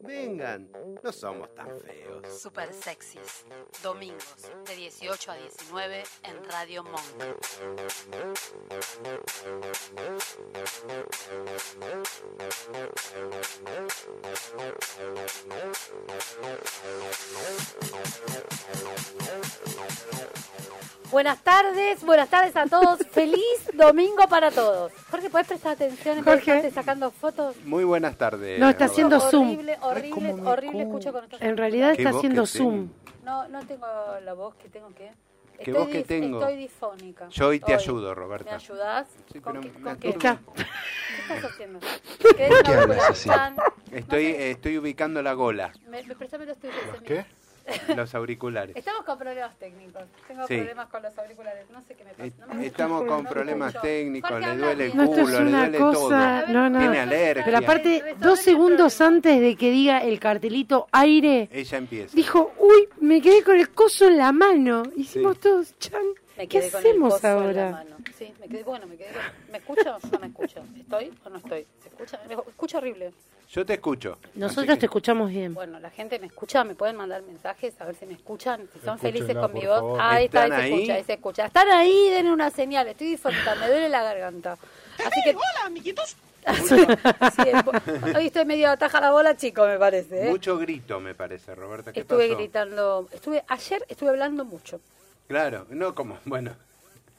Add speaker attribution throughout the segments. Speaker 1: Vengan, no somos tan feos.
Speaker 2: Super sexys. Domingos de 18 a 19 en Radio Monk.
Speaker 3: Buenas tardes, buenas tardes a todos. Feliz domingo para todos. Jorge, ¿podés prestar atención en vez de
Speaker 4: Jorge.
Speaker 3: estarte sacando fotos?
Speaker 1: Muy buenas tardes.
Speaker 4: No,
Speaker 1: Roberto.
Speaker 4: está haciendo zoom.
Speaker 3: Horrible, horrible, horrible escucho con estos-
Speaker 4: En realidad
Speaker 1: Qué
Speaker 4: está
Speaker 1: voz
Speaker 4: haciendo
Speaker 1: que
Speaker 4: zoom.
Speaker 3: No, no tengo la voz que tengo que.
Speaker 1: ¿Qué voz que
Speaker 3: dif-
Speaker 1: tengo?
Speaker 3: Estoy difónica.
Speaker 1: Yo hoy te ayudo, Roberta.
Speaker 3: ¿Me ayudás?
Speaker 1: Sí,
Speaker 3: ¿Con
Speaker 1: pero
Speaker 3: qué,
Speaker 1: me
Speaker 3: con qué?
Speaker 1: aturdo.
Speaker 4: Está.
Speaker 3: ¿Qué estás haciendo? ¿Qué, ¿Qué
Speaker 5: hablas así?
Speaker 1: Estoy, eh, estoy ubicando la gola,
Speaker 3: Me, me préstame los tuyos.
Speaker 5: ¿Los
Speaker 3: Emi.
Speaker 5: qué?
Speaker 1: los auriculares.
Speaker 3: Estamos con problemas técnicos. Tengo
Speaker 1: Sí.
Speaker 3: problemas con los auriculares. No sé qué me pasa. No me-
Speaker 1: Eh, Estamos con
Speaker 3: no
Speaker 1: problemas
Speaker 3: escucho.
Speaker 1: técnicos,
Speaker 3: Jorge,
Speaker 1: le
Speaker 3: habla
Speaker 1: duele el
Speaker 3: bien.
Speaker 4: No, esto es
Speaker 1: culo, le
Speaker 4: una
Speaker 1: duele
Speaker 4: cosa-
Speaker 1: todo.
Speaker 4: no, no.
Speaker 1: Ah, Tiene alergia.
Speaker 4: Pero aparte,
Speaker 3: Resolver
Speaker 4: dos
Speaker 3: el
Speaker 4: segundos
Speaker 3: problema.
Speaker 4: antes de que diga el cartelito aire,
Speaker 1: Ella empieza.
Speaker 4: dijo, uy, me quedé con el coso en la mano. Hicimos
Speaker 1: Sí.
Speaker 4: todos, chan.
Speaker 3: Me
Speaker 4: ¿Qué
Speaker 3: quedé con el
Speaker 4: hacemos
Speaker 3: coso en la
Speaker 4: ahora?
Speaker 3: mano. Sí, me quedé, bueno, me quedé. con- ¿Me escucho o no me escucho? ¿Estoy o no estoy? ¿Se escucha? Me escucho horrible.
Speaker 1: Yo te escucho.
Speaker 4: Nosotros te
Speaker 1: Así que-
Speaker 4: escuchamos bien.
Speaker 3: Bueno, la gente me escucha, me pueden mandar mensajes a ver si me escuchan, si son
Speaker 5: Escúchenla,
Speaker 3: felices con mi
Speaker 5: por
Speaker 3: voz.
Speaker 5: favor.
Speaker 3: Ahí está, ahí
Speaker 1: ¿Están
Speaker 3: se
Speaker 1: ahí?
Speaker 3: escucha, ahí se escucha. Están ahí, denle una señal, estoy disfrutando, me duele la garganta. Así que. ¡Hola, amiguitos! hoy estoy medio ataja la bola, chico, me parece. ¿eh?
Speaker 1: Mucho grito, me parece, Roberta. ¿Qué
Speaker 3: Estuve
Speaker 1: pasó?
Speaker 3: gritando, estuve ayer estuve hablando mucho.
Speaker 1: Claro, no como, bueno,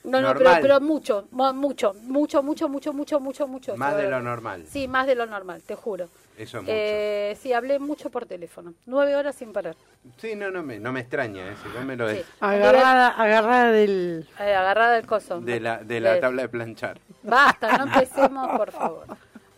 Speaker 3: No, no, pero,
Speaker 1: Normal.
Speaker 3: pero mucho, mo- mucho, mucho, mucho, mucho, mucho, mucho, mucho.
Speaker 1: más de
Speaker 3: Estuve-
Speaker 1: lo normal.
Speaker 3: Sí, más de lo normal, te juro.
Speaker 1: Eso es mucho.
Speaker 3: Eh, sí, hablé mucho por teléfono, nueve horas sin parar.
Speaker 1: Sí, no, no me, no me extraña, eh, si vos me lo
Speaker 3: Sí.
Speaker 1: decís.
Speaker 4: Agarrada, agarrada del...
Speaker 3: Eh, agarrada del coso.
Speaker 1: De la, de la
Speaker 3: Eh,
Speaker 1: tabla de planchar.
Speaker 3: Basta, no empecemos, por favor.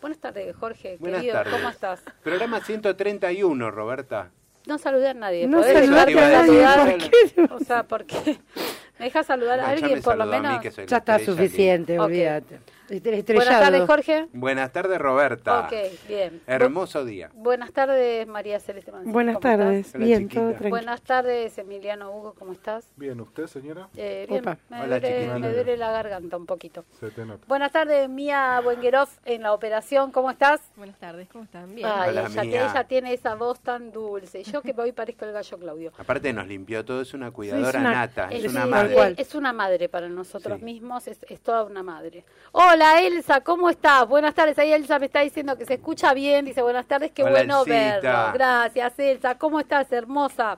Speaker 3: Buenas tardes, Jorge,
Speaker 1: Buenas
Speaker 3: querido,
Speaker 1: tardes.
Speaker 3: ¿cómo estás?
Speaker 1: Programa 131, Roberta.
Speaker 3: No saludé a nadie.
Speaker 4: No
Speaker 3: Eh, ¿podés
Speaker 1: saludé
Speaker 4: saludaste
Speaker 3: dejarme
Speaker 4: a nadie,
Speaker 3: saludar?
Speaker 4: ¿por qué?
Speaker 3: O sea, ¿por qué? ¿Me dejas saludar a
Speaker 1: Ah, ya
Speaker 3: alguien,
Speaker 1: me
Speaker 3: por lo
Speaker 1: saludó a mí,
Speaker 3: menos?
Speaker 1: que soy la
Speaker 4: Ya está
Speaker 1: estrella
Speaker 4: suficiente,
Speaker 3: Ok.
Speaker 4: olvídate. Estre-
Speaker 3: Buenas tardes,
Speaker 4: Estrellado.
Speaker 3: Jorge.
Speaker 1: aquí. Buenas tardes, Roberta.
Speaker 3: Ok, bien.
Speaker 1: Hermoso día.
Speaker 3: Bu- Buenas tardes, María Celeste Mancini,
Speaker 4: Buenas
Speaker 3: ¿cómo estás?
Speaker 4: tardes.
Speaker 1: Hola,
Speaker 4: Bien,
Speaker 1: chiquita.
Speaker 4: todo tranquilo.
Speaker 3: Buenas tardes, Emiliano Hugo, ¿cómo estás?
Speaker 5: Bien, ¿usted, señora?
Speaker 3: Eh, bien,
Speaker 4: Opa.
Speaker 3: me,
Speaker 1: Hola,
Speaker 3: duele,
Speaker 1: chiquitín.
Speaker 3: me duele la garganta un poquito.
Speaker 5: Se te nota.
Speaker 3: Buenas tardes, Mía Buengueroff en la operación, ¿cómo estás?
Speaker 6: Buenas tardes, ¿cómo están? Bien.
Speaker 3: Ay,
Speaker 1: Hola,
Speaker 3: ella,
Speaker 1: Mía.
Speaker 3: ella tiene esa voz tan dulce. Yo que hoy parezco el gallo Claudio.
Speaker 1: Aparte nos limpió todo, es una cuidadora
Speaker 4: es una-
Speaker 1: nata, Ah, es,
Speaker 4: es
Speaker 1: una
Speaker 4: sí,
Speaker 1: madre.
Speaker 4: tal cual.
Speaker 3: es una madre para nosotros
Speaker 1: Sí.
Speaker 3: mismos, es, es toda una madre. Hola Elsa, ¿cómo estás? Buenas tardes. Ahí Elsa me está diciendo que se escucha bien, dice buenas tardes, qué
Speaker 1: Hola,
Speaker 3: bueno
Speaker 1: Elsita.
Speaker 3: verlo. Gracias Elsa, ¿cómo estás? Hermosa.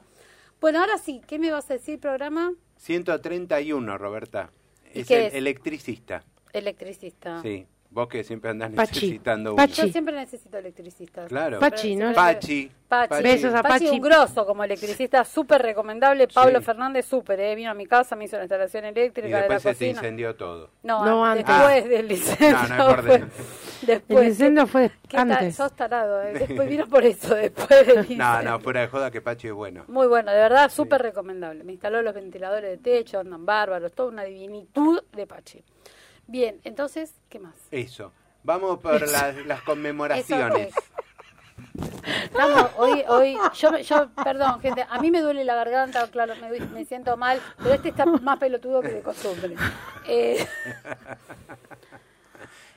Speaker 3: Bueno, ahora sí, ¿qué me vas a decir, programa?
Speaker 1: 131, Roberta.
Speaker 3: ¿Y
Speaker 1: Es
Speaker 3: qué
Speaker 1: el
Speaker 3: es? Ah.
Speaker 1: electricista.
Speaker 3: Electricista.
Speaker 1: Sí, vos que siempre andás
Speaker 4: Pachi.
Speaker 1: necesitando uno.
Speaker 4: Pachi.
Speaker 3: Yo siempre necesito electricistas.
Speaker 1: Claro.
Speaker 4: Pachi, ¿no?
Speaker 1: Pachi.
Speaker 3: Pachi.
Speaker 4: Besos a
Speaker 3: Pachi,
Speaker 4: Pachi.
Speaker 3: un grosso como electricista, súper recomendable. Pablo
Speaker 1: Sí.
Speaker 3: Fernández, súper, ¿eh? Vino a mi casa, me hizo una instalación
Speaker 1: Y
Speaker 3: eléctrica de la
Speaker 1: después se te
Speaker 3: cocina.
Speaker 1: incendió todo.
Speaker 3: No,
Speaker 4: No,
Speaker 3: antes.
Speaker 4: antes.
Speaker 3: después
Speaker 1: Ah.
Speaker 3: del incendio.
Speaker 1: No, no importa.
Speaker 3: fue-
Speaker 4: El
Speaker 3: Después.
Speaker 4: incendio fue
Speaker 3: ¿Qué tal?
Speaker 4: antes.
Speaker 3: Sos tarado, ¿eh? Después vino por eso, después del
Speaker 1: No,
Speaker 3: incendio.
Speaker 1: no, fuera de joda que Pachi es bueno.
Speaker 3: Muy bueno, de verdad, súper recomendable. Me instaló los ventiladores de techo, andan bárbaros, toda una divinitud de Pachi. Bien, entonces, ¿qué más?
Speaker 1: Eso. Vamos por las, las conmemoraciones.
Speaker 3: Eso Estamos, hoy, hoy, yo, yo, perdón, gente, a mí me duele la garganta, claro, me, du- me siento mal, pero este está más pelotudo que de costumbre. Eh,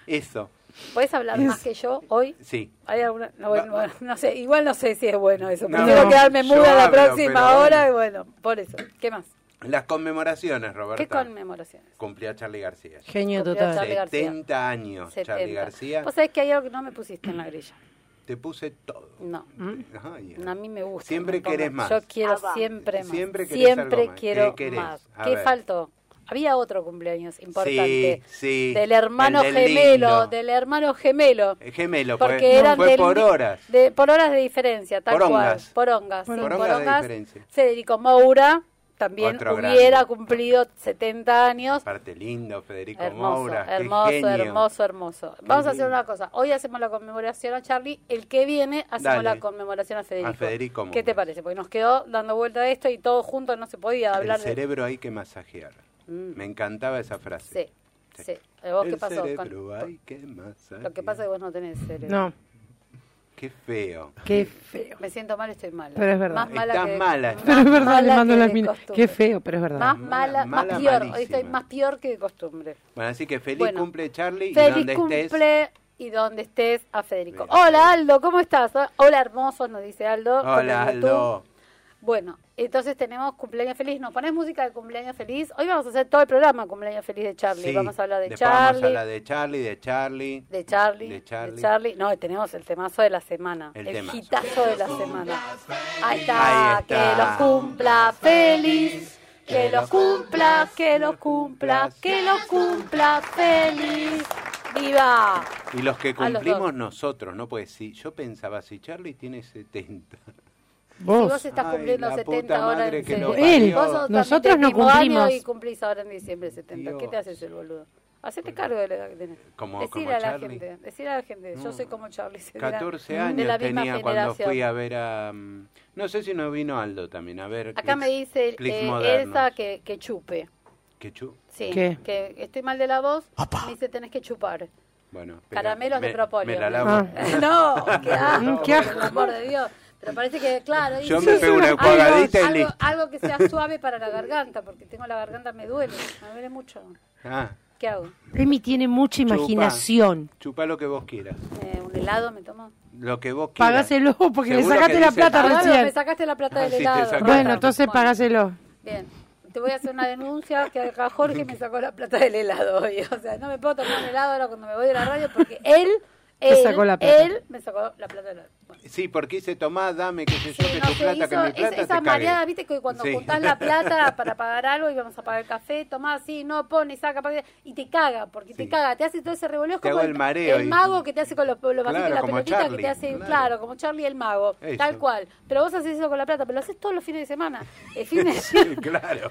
Speaker 1: Eso.
Speaker 3: ¿Puedes hablar más que yo hoy?
Speaker 1: Sí.
Speaker 3: ¿Hay alguna? No, bueno,
Speaker 1: Va-
Speaker 3: bueno, no sé, igual no sé si es bueno eso.
Speaker 1: No,
Speaker 3: Prefiero quedarme
Speaker 1: yo
Speaker 3: muda la
Speaker 1: hablo,
Speaker 3: próxima
Speaker 1: pero
Speaker 3: hora y bueno, por eso. ¿Qué más?
Speaker 1: Las conmemoraciones, Roberta.
Speaker 3: ¿Qué conmemoraciones?
Speaker 1: Cumplió Charlie García.
Speaker 4: Genio
Speaker 3: Cumplió
Speaker 4: total.
Speaker 3: Charlie García.
Speaker 1: 70 años, Charlie
Speaker 3: 70.
Speaker 1: García.
Speaker 3: Vos sabés que hay algo que no me pusiste en la grilla.
Speaker 1: Te puse todo.
Speaker 3: No.
Speaker 1: Ay, eh.
Speaker 3: A mí me gusta.
Speaker 1: Siempre
Speaker 3: me pongo-
Speaker 1: querés más.
Speaker 3: Yo quiero siempre más.
Speaker 1: Siempre
Speaker 3: Siempre,
Speaker 1: querés algo más.
Speaker 3: quiero
Speaker 1: ¿Qué querés?
Speaker 3: más.
Speaker 1: A
Speaker 3: ¿Qué
Speaker 1: ver.
Speaker 3: faltó? Había otro cumpleaños importante.
Speaker 1: sí,
Speaker 3: Del hermano
Speaker 1: el del
Speaker 3: gemelo.
Speaker 1: lindo.
Speaker 3: Del hermano gemelo.
Speaker 1: Eh, Gemelo,
Speaker 3: Porque
Speaker 1: fue-
Speaker 3: eran
Speaker 1: fue
Speaker 3: del-
Speaker 1: por horas.
Speaker 3: de- por horas de diferencia, tal
Speaker 1: Por ongas.
Speaker 3: cual. Por ongas. sí,
Speaker 1: Por
Speaker 3: por
Speaker 1: ongas de
Speaker 3: ongas.
Speaker 1: diferencia.
Speaker 3: Federico Moura también
Speaker 1: Otro
Speaker 3: hubiera
Speaker 1: grande.
Speaker 3: cumplido 70 años.
Speaker 1: Parte lindo, Federico
Speaker 3: Hermoso,
Speaker 1: Moura. qué
Speaker 3: hermoso,
Speaker 1: genio.
Speaker 3: hermoso, hermoso. Vamos a hacer
Speaker 1: lindo.
Speaker 3: una cosa. Hoy hacemos la conmemoración a Charlie. El que viene hacemos
Speaker 1: Dale.
Speaker 3: la conmemoración a Federico.
Speaker 1: A Federico Moura.
Speaker 3: ¿Qué te parece? Porque nos quedó dando vuelta a esto y todos juntos no se podía hablar
Speaker 1: El
Speaker 3: de-
Speaker 1: cerebro hay que masajear. Me encantaba esa frase.
Speaker 3: Mm. Sí, sí. Eh, ¿Vos
Speaker 1: El
Speaker 3: qué pasó?
Speaker 1: cerebro
Speaker 3: Con-
Speaker 1: hay que masajear.
Speaker 3: Lo que pasa es que vos no tenés cerebro.
Speaker 4: No,
Speaker 1: Qué feo.
Speaker 4: Qué feo.
Speaker 3: Me siento mal, estoy mala.
Speaker 4: Pero es verdad.
Speaker 3: Más mala
Speaker 1: Estás
Speaker 3: que de-
Speaker 1: mala.
Speaker 3: más
Speaker 4: Pero es verdad, le
Speaker 3: mala
Speaker 4: mando
Speaker 3: que
Speaker 4: la
Speaker 3: de
Speaker 4: mina.
Speaker 3: costumbre.
Speaker 4: Qué feo, pero es verdad.
Speaker 3: Más
Speaker 1: Mala,
Speaker 3: mala,
Speaker 1: mala,
Speaker 3: más peor. Hoy
Speaker 1: malísima.
Speaker 3: estoy más peor que de costumbre.
Speaker 1: Bueno, así que feliz
Speaker 3: Bueno.
Speaker 1: cumple, Charlie. y
Speaker 3: Feliz
Speaker 1: donde
Speaker 3: cumple
Speaker 1: estés.
Speaker 3: y donde estés a Federico.
Speaker 1: Mira,
Speaker 3: Hola Aldo, ¿cómo estás? Ah, Hola hermosos, nos dice Aldo.
Speaker 1: Hola,
Speaker 3: Hola, tú.
Speaker 1: Aldo.
Speaker 3: Bueno, entonces tenemos cumpleaños feliz. Nos pones música de cumpleaños feliz. Hoy vamos a hacer todo el programa cumpleaños feliz de Charlie.
Speaker 1: Sí,
Speaker 3: vamos a hablar de
Speaker 1: después Vamos a
Speaker 3: Charlie,
Speaker 1: hablar de Charlie, de Charlie.
Speaker 3: de Charlie,
Speaker 1: de
Speaker 3: de
Speaker 1: Charlie.
Speaker 3: Charlie, No, tenemos el temazo de la semana,
Speaker 1: El
Speaker 3: el,
Speaker 1: temazo.
Speaker 3: hitazo de la semana. Ahí está,
Speaker 1: Ahí está.
Speaker 3: que lo cumpla feliz, que lo cumpla, que lo cumpla, que lo cumpla feliz. ¡Viva!
Speaker 1: Y los que
Speaker 3: A Ah, los
Speaker 1: cumplimos
Speaker 3: dos.
Speaker 1: nosotros, ¿no? Pues sí, yo pensaba, si Charlie tiene 70.
Speaker 3: Si vos
Speaker 4: Vos.
Speaker 3: estás
Speaker 1: Ay,
Speaker 3: cumpliendo
Speaker 1: la
Speaker 3: 70
Speaker 1: puta
Speaker 3: ahora
Speaker 1: madre
Speaker 3: en
Speaker 1: que
Speaker 4: lo
Speaker 3: Vos
Speaker 4: parió.
Speaker 3: sos también
Speaker 4: Nosotros no
Speaker 3: del mismo año
Speaker 4: cumplimos.
Speaker 3: y cumplís ahora en diciembre 70. ¿Qué te
Speaker 1: Dios.
Speaker 3: haces el boludo? Hacete cargo de la edad que tenés.
Speaker 1: Como-
Speaker 3: Decir
Speaker 1: como
Speaker 3: a la
Speaker 1: Charlie.
Speaker 3: gente, decir a la gente, yo soy como Charlie. será
Speaker 1: 14
Speaker 3: de
Speaker 1: años
Speaker 3: la misma
Speaker 1: tenía cuando
Speaker 3: generación.
Speaker 1: fui a ver a... mm, No sé si no vino Aldo también, a ver...
Speaker 3: Acá me dice eh, Elsa que, que chupe.
Speaker 1: que chu-
Speaker 3: Sí,
Speaker 4: ¿Qué?
Speaker 3: que estoy mal de la voz. Me dice tenés que chupar.
Speaker 1: Bueno, espera,
Speaker 3: Caramelos
Speaker 1: me-
Speaker 3: de propóleo.
Speaker 1: Me la lavo.
Speaker 4: Ah.
Speaker 3: no, qué asco,
Speaker 4: Qué asco.
Speaker 3: por el amor de Dios. Pero parece que, claro,
Speaker 1: Yo
Speaker 3: dice,
Speaker 1: me pego una
Speaker 3: algo-
Speaker 1: cuagadita y
Speaker 3: algo,
Speaker 1: listo.
Speaker 3: algo que sea suave para la garganta, porque tengo la garganta, me duele, me duele mucho.
Speaker 1: Ah,
Speaker 3: ¿Qué hago?
Speaker 4: Emi tiene mucha
Speaker 1: Chupa.
Speaker 4: imaginación.
Speaker 1: chupa lo que vos quieras.
Speaker 3: Eh, ¿Un helado me tomo?
Speaker 1: Lo que vos quieras.
Speaker 4: Pagáselo porque le
Speaker 1: Seguro que
Speaker 4: sacaste la
Speaker 1: dice Pablo.
Speaker 4: plata
Speaker 3: Ah, bueno, me
Speaker 4: recién.
Speaker 3: sacaste la plata
Speaker 1: Ah, sí,
Speaker 3: del
Speaker 1: te
Speaker 3: helado.
Speaker 1: sacaste.
Speaker 4: Bueno, entonces
Speaker 3: Bueno,
Speaker 4: pagáselo.
Speaker 3: Bien, te voy a hacer una denuncia que acá Jorge me sacó la plata del helado hoy. O sea, no me puedo tomar un helado ahora cuando me voy de la radio porque él,
Speaker 4: Te
Speaker 3: él,
Speaker 4: sacó la plata.
Speaker 3: él me sacó la plata del helado. Bueno.
Speaker 1: Sí, porque hice tomá, dame, qué sé yo,
Speaker 3: Sí,
Speaker 1: que
Speaker 3: no
Speaker 1: tu
Speaker 3: se
Speaker 1: plata, que
Speaker 3: hizo
Speaker 1: mi
Speaker 3: es-
Speaker 1: plata,
Speaker 3: esa
Speaker 1: te
Speaker 3: mareada,
Speaker 1: cagué.
Speaker 3: viste que cuando
Speaker 1: Sí.
Speaker 3: juntás la plata para pagar algo y vamos a pagar el café, tomás así, no pone, saca, pa- y te caga, porque
Speaker 1: Sí.
Speaker 3: te caga, te hace todo ese revoleo
Speaker 1: Te
Speaker 3: como
Speaker 1: hago el mareo y-
Speaker 3: mago que te hace con los, los vasitos
Speaker 1: Claro,
Speaker 3: y la
Speaker 1: como
Speaker 3: pelotita
Speaker 1: Charlie,
Speaker 3: que te hace,
Speaker 1: claro.
Speaker 3: claro, como Charlie el mago,
Speaker 1: Eso.
Speaker 3: tal cual. Pero vos haces eso con la plata, pero lo haces todos los fines de semana. El fin de
Speaker 1: Sí, claro.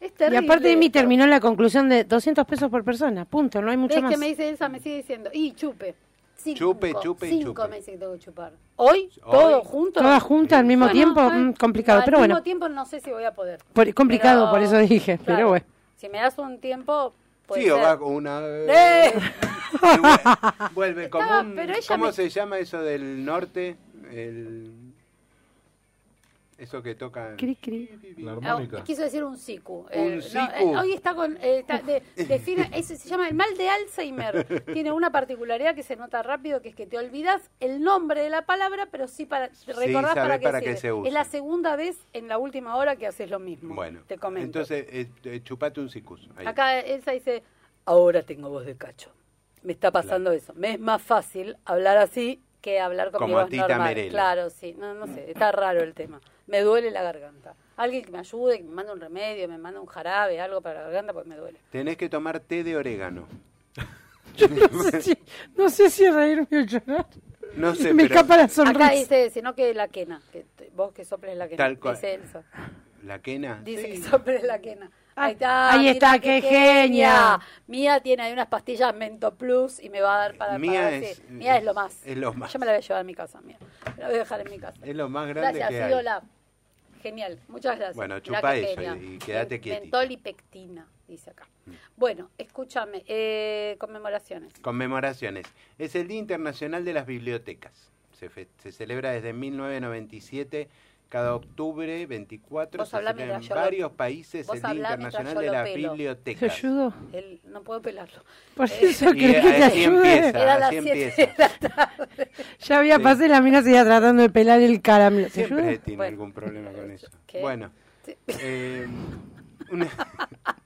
Speaker 3: es
Speaker 4: Y
Speaker 3: terrible.
Speaker 4: aparte Emi terminó la conclusión de 200 pesos por persona. Punto, no hay mucho
Speaker 3: ¿Ves
Speaker 4: más.
Speaker 3: que me dice Elsa? Me sigue diciendo, y chupe. Cinco,
Speaker 1: Chupe, chupe y
Speaker 3: cinco
Speaker 1: chupe.
Speaker 3: me dice que tengo que chupar. ¿Hoy? ¿Todo junto?
Speaker 4: Todas juntas al mismo
Speaker 3: Bueno,
Speaker 4: tiempo,
Speaker 3: ay,
Speaker 4: mm, complicado.
Speaker 3: al
Speaker 4: Pero bueno,
Speaker 3: mismo tiempo no sé si voy a poder.
Speaker 4: por- complicado,
Speaker 3: Pero-
Speaker 4: por eso dije.
Speaker 3: claro,
Speaker 4: Pero bueno.
Speaker 3: Si me das un tiempo, puede
Speaker 1: Sí, o
Speaker 3: ser.
Speaker 1: va con una...
Speaker 3: ¡Eh!
Speaker 1: Y vuel- vuelve como
Speaker 3: Estaba-
Speaker 1: un-
Speaker 3: pero ella
Speaker 1: ¿Cómo
Speaker 3: me-
Speaker 1: se llama eso del norte? El... Eso que toca...
Speaker 4: Cri, cri.
Speaker 5: La
Speaker 3: Ah,
Speaker 5: armónica.
Speaker 3: Quiso decir un siku.
Speaker 1: Un siku.
Speaker 3: eh, hoy está con. eh, está de, define- ese se llama el mal de Alzheimer. Tiene una particularidad que se nota rápido, que es que te olvidas el nombre de la palabra, pero sí para te recordás
Speaker 1: sabés
Speaker 3: para, qué
Speaker 1: para qué
Speaker 3: sirve.
Speaker 1: se usa.
Speaker 3: Es la segunda vez en la última hora que haces lo mismo.
Speaker 1: Bueno,
Speaker 3: te comento.
Speaker 1: entonces eh, eh, chupate un sicus. Ahí.
Speaker 3: Acá Elsa dice, ahora tengo voz de cacho. Me está pasando eso. Me es más fácil hablar así que hablar con
Speaker 1: Como
Speaker 3: mi voz
Speaker 1: Tita
Speaker 3: normal.
Speaker 1: Merelo.
Speaker 3: Claro, sí. No, no sé, está raro el tema. Me duele la garganta. Alguien que me ayude, que me mande un remedio, me mande un jarabe, algo para la garganta, pues me duele.
Speaker 1: Tenés que tomar té de orégano.
Speaker 4: Yo no sé si, no sé si reírme o llorar.
Speaker 1: No sé,
Speaker 4: me
Speaker 1: pero
Speaker 4: escapa la
Speaker 3: Acá
Speaker 4: sonrisa.
Speaker 3: dice, sino que la quena, que t- vos que soples la quena.
Speaker 1: Tal cual.
Speaker 3: Dice Elsa.
Speaker 1: la quena.
Speaker 3: Dice
Speaker 1: sí.
Speaker 3: que soples la quena.
Speaker 4: Ah,
Speaker 3: Ahí está,
Speaker 4: ahí
Speaker 3: mira
Speaker 4: está, qué genia.
Speaker 3: Mía tiene ahí unas pastillas Mento Plus y me va a dar para
Speaker 1: Mía
Speaker 3: para-
Speaker 1: es-
Speaker 3: sí. Mía es lo más.
Speaker 1: es lo más.
Speaker 3: Yo me la voy a llevar a mi casa, mía. Me la voy a dejar en mi casa.
Speaker 1: Es lo más grande
Speaker 3: Gracias,
Speaker 1: que hay.
Speaker 3: Idola. Genial, muchas gracias.
Speaker 1: Bueno,
Speaker 3: Mirá
Speaker 1: chupá
Speaker 3: qué
Speaker 1: eso
Speaker 3: genia.
Speaker 1: y- y quédate
Speaker 3: Men-
Speaker 1: quietita. Mm.
Speaker 3: Mentol y pectina, dice acá. Bueno, escúchame, eh, conmemoraciones.
Speaker 1: Conmemoraciones. Es el Día Internacional de las Bibliotecas. Se, fe- se celebra desde 1997. Cada octubre 24
Speaker 3: Vos
Speaker 1: se
Speaker 3: hablá
Speaker 1: celebra en
Speaker 3: mientras yo lo-
Speaker 1: varios países
Speaker 3: vos
Speaker 1: el Día
Speaker 3: hablá mientras
Speaker 1: Internacional
Speaker 3: yo
Speaker 1: de
Speaker 3: lo
Speaker 1: las
Speaker 3: pelo.
Speaker 4: ¿Te
Speaker 1: Bibliotecas.
Speaker 4: ayudo?
Speaker 3: Él, no puedo pelarlo.
Speaker 4: Por
Speaker 3: Eh,
Speaker 4: eso
Speaker 1: Y
Speaker 4: querés que te
Speaker 1: así
Speaker 4: ayude.
Speaker 1: empieza,
Speaker 3: Era las
Speaker 1: así
Speaker 3: 7
Speaker 1: empieza.
Speaker 3: de la tarde.
Speaker 4: Ya había
Speaker 1: Sí.
Speaker 4: pasado y la mina seguía tratando de pelar el caramelo. ¿Te
Speaker 1: Siempre
Speaker 4: ayudo?
Speaker 1: tiene
Speaker 3: Bueno.
Speaker 1: algún problema con eso.
Speaker 3: ¿Qué?
Speaker 1: Bueno,
Speaker 3: Sí.
Speaker 1: eh, una,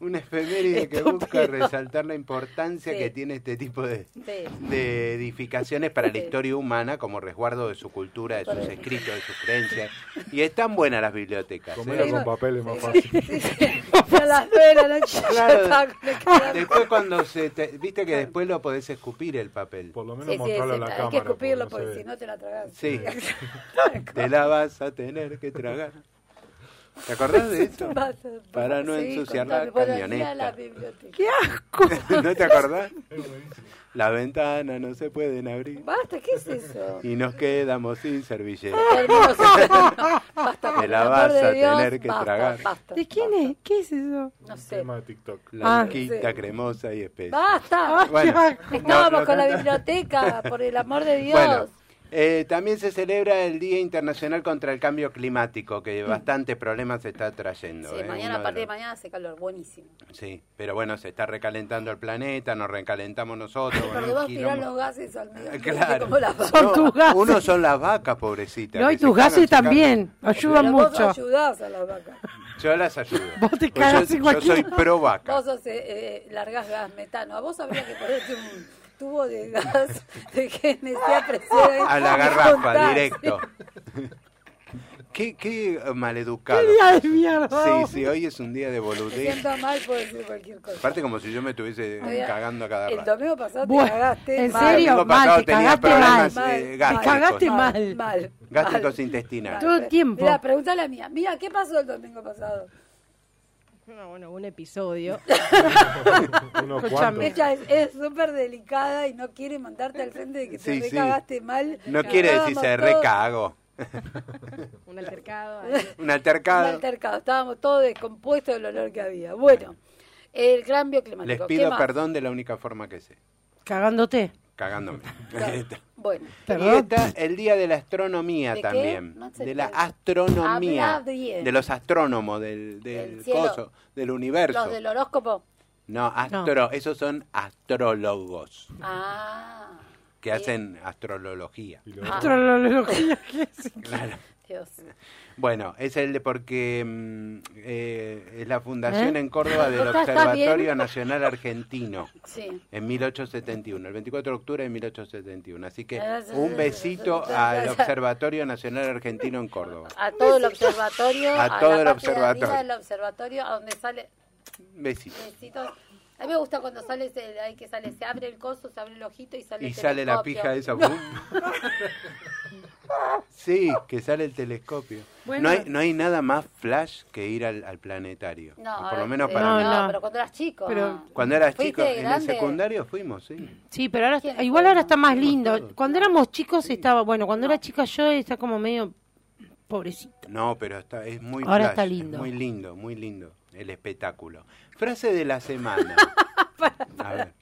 Speaker 1: una efeméride que busca
Speaker 3: Estúpido.
Speaker 1: resaltar la importancia
Speaker 3: Sí.
Speaker 1: que tiene este tipo de,
Speaker 3: Sí.
Speaker 1: de edificaciones para la
Speaker 3: Sí.
Speaker 1: historia humana como resguardo de su cultura, de sus
Speaker 3: Correcto.
Speaker 1: escritos, de sus creencias. Y están buenas las bibliotecas.
Speaker 5: Comela
Speaker 1: ¿eh?
Speaker 5: con papeles más fácil.
Speaker 3: A las nueve de la noche ya
Speaker 1: Claro.
Speaker 3: estaba conectada.
Speaker 1: Después cuando se te- viste que después lo podés escupir el papel.
Speaker 5: Por lo menos
Speaker 3: Sí, sí,
Speaker 5: mostrarlo a la
Speaker 3: sí,
Speaker 5: cámara.
Speaker 3: hay que
Speaker 6: pues,
Speaker 3: escupirlo
Speaker 5: porque no
Speaker 3: porque
Speaker 5: se
Speaker 3: si no te la tragas.
Speaker 1: Sí. Te la vas a tener que tragar. ¿Te acordás de eso? Para no ensuciar la camioneta.
Speaker 3: ¿Qué?
Speaker 1: ¿No te acordás? La ventana no se pueden abrir
Speaker 3: Basta, ¿qué es eso?
Speaker 1: y nos quedamos sin servilleta.
Speaker 3: Hermoso. Basta,
Speaker 1: Te la
Speaker 3: por el
Speaker 1: vas
Speaker 3: amor
Speaker 1: a
Speaker 3: de Dios,
Speaker 1: tener que
Speaker 3: basta,
Speaker 1: tragar.
Speaker 3: basta,
Speaker 4: ¿De quién
Speaker 3: basta.
Speaker 4: es? ¿Qué es eso?
Speaker 3: No sé.
Speaker 5: Tema de TikTok.
Speaker 1: La
Speaker 4: Ah.
Speaker 1: anquita
Speaker 3: Sí.
Speaker 1: cremosa y espesa.
Speaker 3: Basta.
Speaker 1: Bueno,
Speaker 4: Ay,
Speaker 1: no,
Speaker 3: Estábamos
Speaker 1: no,
Speaker 3: con la
Speaker 1: no, no.
Speaker 3: biblioteca, por el amor de Dios.
Speaker 1: Bueno, Eh, también se celebra el Día Internacional contra el Cambio Climático, que bastantes problemas se está trayendo.
Speaker 3: Mm. sí,
Speaker 1: ¿eh?
Speaker 3: mañana,
Speaker 1: Uno
Speaker 3: a partir de
Speaker 1: los-
Speaker 3: mañana hace calor, buenísimo.
Speaker 1: Sí, pero bueno, se está recalentando el planeta, nos recalentamos nosotros. bueno,
Speaker 3: Porque
Speaker 1: un
Speaker 3: vos tirás
Speaker 1: quilombo. Eh,
Speaker 3: los gases al medio ambiente
Speaker 1: Claro.
Speaker 3: como las vacas.
Speaker 4: Son
Speaker 1: No,
Speaker 4: tus gases.
Speaker 1: Unos son las vacas, pobrecitas.
Speaker 4: No, y
Speaker 1: que se
Speaker 4: tus
Speaker 1: cagan,
Speaker 4: gases
Speaker 1: se cagan.
Speaker 4: también. Ayudan
Speaker 3: Pero vos
Speaker 4: mucho.
Speaker 3: ayudás a las vacas.
Speaker 1: Yo las ayudo.
Speaker 4: Vos te
Speaker 1: Porque
Speaker 4: cagás
Speaker 1: yo-
Speaker 4: en
Speaker 1: yo,
Speaker 4: cualquier-
Speaker 1: soy pro vaca.
Speaker 3: Vos sos, eh, eh, largás gas metano. A vos habría que ponerte un tubo de gas de GNC a presión. ahí
Speaker 1: A la
Speaker 3: y
Speaker 1: garrafa,
Speaker 3: juntás.
Speaker 1: directo. qué, qué maleducado.
Speaker 4: ¡Qué día de mierda!
Speaker 1: Sí, sí, hoy es un día de
Speaker 3: Me
Speaker 1: boludez.
Speaker 3: siento mal por decir cualquier cosa.
Speaker 1: Aparte como si yo me estuviese
Speaker 3: Oiga,
Speaker 1: cagando a cada
Speaker 3: El
Speaker 1: rato.
Speaker 3: domingo pasado
Speaker 4: Bueno,
Speaker 3: te cagaste.
Speaker 4: ¿en
Speaker 3: mal.
Speaker 1: El
Speaker 4: serio?
Speaker 1: domingo
Speaker 4: Mal,
Speaker 1: pasado
Speaker 4: te
Speaker 1: tenía
Speaker 4: cagaste
Speaker 1: problemas
Speaker 3: mal.
Speaker 1: eh,
Speaker 3: Te
Speaker 1: gástricos.
Speaker 4: cagaste mal.
Speaker 3: Mal, mal.
Speaker 1: Gástricos
Speaker 3: mal.
Speaker 1: intestinales.
Speaker 4: Todo el tiempo.
Speaker 3: Mira, pregúntale a mía. Mira, ¿qué pasó el domingo pasado?
Speaker 5: No, bueno, un episodio.
Speaker 6: Unos
Speaker 4: Escúchame.
Speaker 6: cuantos.
Speaker 3: Ella es- es súper delicada y no quiere mandarte al frente de que te
Speaker 1: Sí, sí.
Speaker 3: recagaste mal.
Speaker 1: No quiere decir
Speaker 3: Estábamos
Speaker 1: se
Speaker 3: todos-
Speaker 1: recago.
Speaker 5: Un altercado. algo.
Speaker 1: Un
Speaker 3: un
Speaker 1: altercado.
Speaker 3: altercado. Estábamos todos descompuestos del olor que había. Bueno, el cambio climático.
Speaker 1: Les
Speaker 3: ¿Qué
Speaker 1: pido
Speaker 3: más?
Speaker 1: perdón de la única forma que sé.
Speaker 4: Cagándote.
Speaker 1: Cagándome.
Speaker 3: Bueno,
Speaker 1: Y está el día de la astronomía
Speaker 3: ¿De qué?
Speaker 1: también.
Speaker 3: No sé
Speaker 1: de
Speaker 3: qué
Speaker 1: la
Speaker 3: es.
Speaker 1: astronomía.
Speaker 3: Habla bien.
Speaker 1: De los astrónomos del, del
Speaker 3: Del cielo.
Speaker 1: coso, del universo.
Speaker 3: los del horóscopo.
Speaker 1: No, astro, esos son astrólogos
Speaker 3: Ah,
Speaker 1: que hacen astrología.
Speaker 6: Y lo-
Speaker 4: Astrología, ¿qué es?
Speaker 3: Dios.
Speaker 1: Bueno, es el de porque mm, eh, es la fundación en Córdoba del
Speaker 3: ¿Estás- estás bien?
Speaker 1: Observatorio Nacional Argentino.
Speaker 3: Sí.
Speaker 1: En 1871, el 24 de octubre de 1871. Así que
Speaker 3: Ah, sí, sí,
Speaker 1: un
Speaker 3: sí,
Speaker 1: besito
Speaker 3: sí, sí,
Speaker 1: al
Speaker 3: sí.
Speaker 1: Observatorio Nacional Argentino en Córdoba.
Speaker 3: A todo el observatorio.
Speaker 1: A todo
Speaker 3: la
Speaker 1: el
Speaker 3: parte de arriba
Speaker 1: observatorio.
Speaker 3: del observatorio, a donde sale.
Speaker 1: Besito.
Speaker 3: besitos. A mí me gusta cuando sale, ese- ahí que sale, se abre el coso, se abre el ojito y sale
Speaker 1: Y
Speaker 3: el
Speaker 1: sale la
Speaker 3: telescopio.
Speaker 1: pija esa.
Speaker 3: No,
Speaker 1: sí, que sale el telescopio.
Speaker 4: Bueno.
Speaker 1: No, hay, no hay nada más flash que ir al, al planetario.
Speaker 3: No,
Speaker 1: Por
Speaker 3: a
Speaker 1: lo
Speaker 3: ver,
Speaker 1: menos
Speaker 3: eh,
Speaker 1: para mí.
Speaker 4: no,
Speaker 3: No,
Speaker 4: no.
Speaker 3: pero cuando eras chico.
Speaker 4: Pero-
Speaker 3: ah.
Speaker 1: Cuando eras
Speaker 3: Fuiste
Speaker 1: chico, en el
Speaker 3: grande.
Speaker 1: secundario fuimos, sí.
Speaker 4: Sí, pero ahora,
Speaker 3: ¿Quién
Speaker 4: está-
Speaker 3: es
Speaker 4: igual ahora
Speaker 3: bueno?
Speaker 4: está más lindo. Cuando éramos chicos estaba, bueno, cuando era chica yo está como medio pobrecito.
Speaker 1: No, pero está, es muy
Speaker 4: Ahora
Speaker 1: flash,
Speaker 4: está
Speaker 1: es
Speaker 4: lindo.
Speaker 1: muy lindo, muy lindo el espectáculo. Frase de la semana. A ver.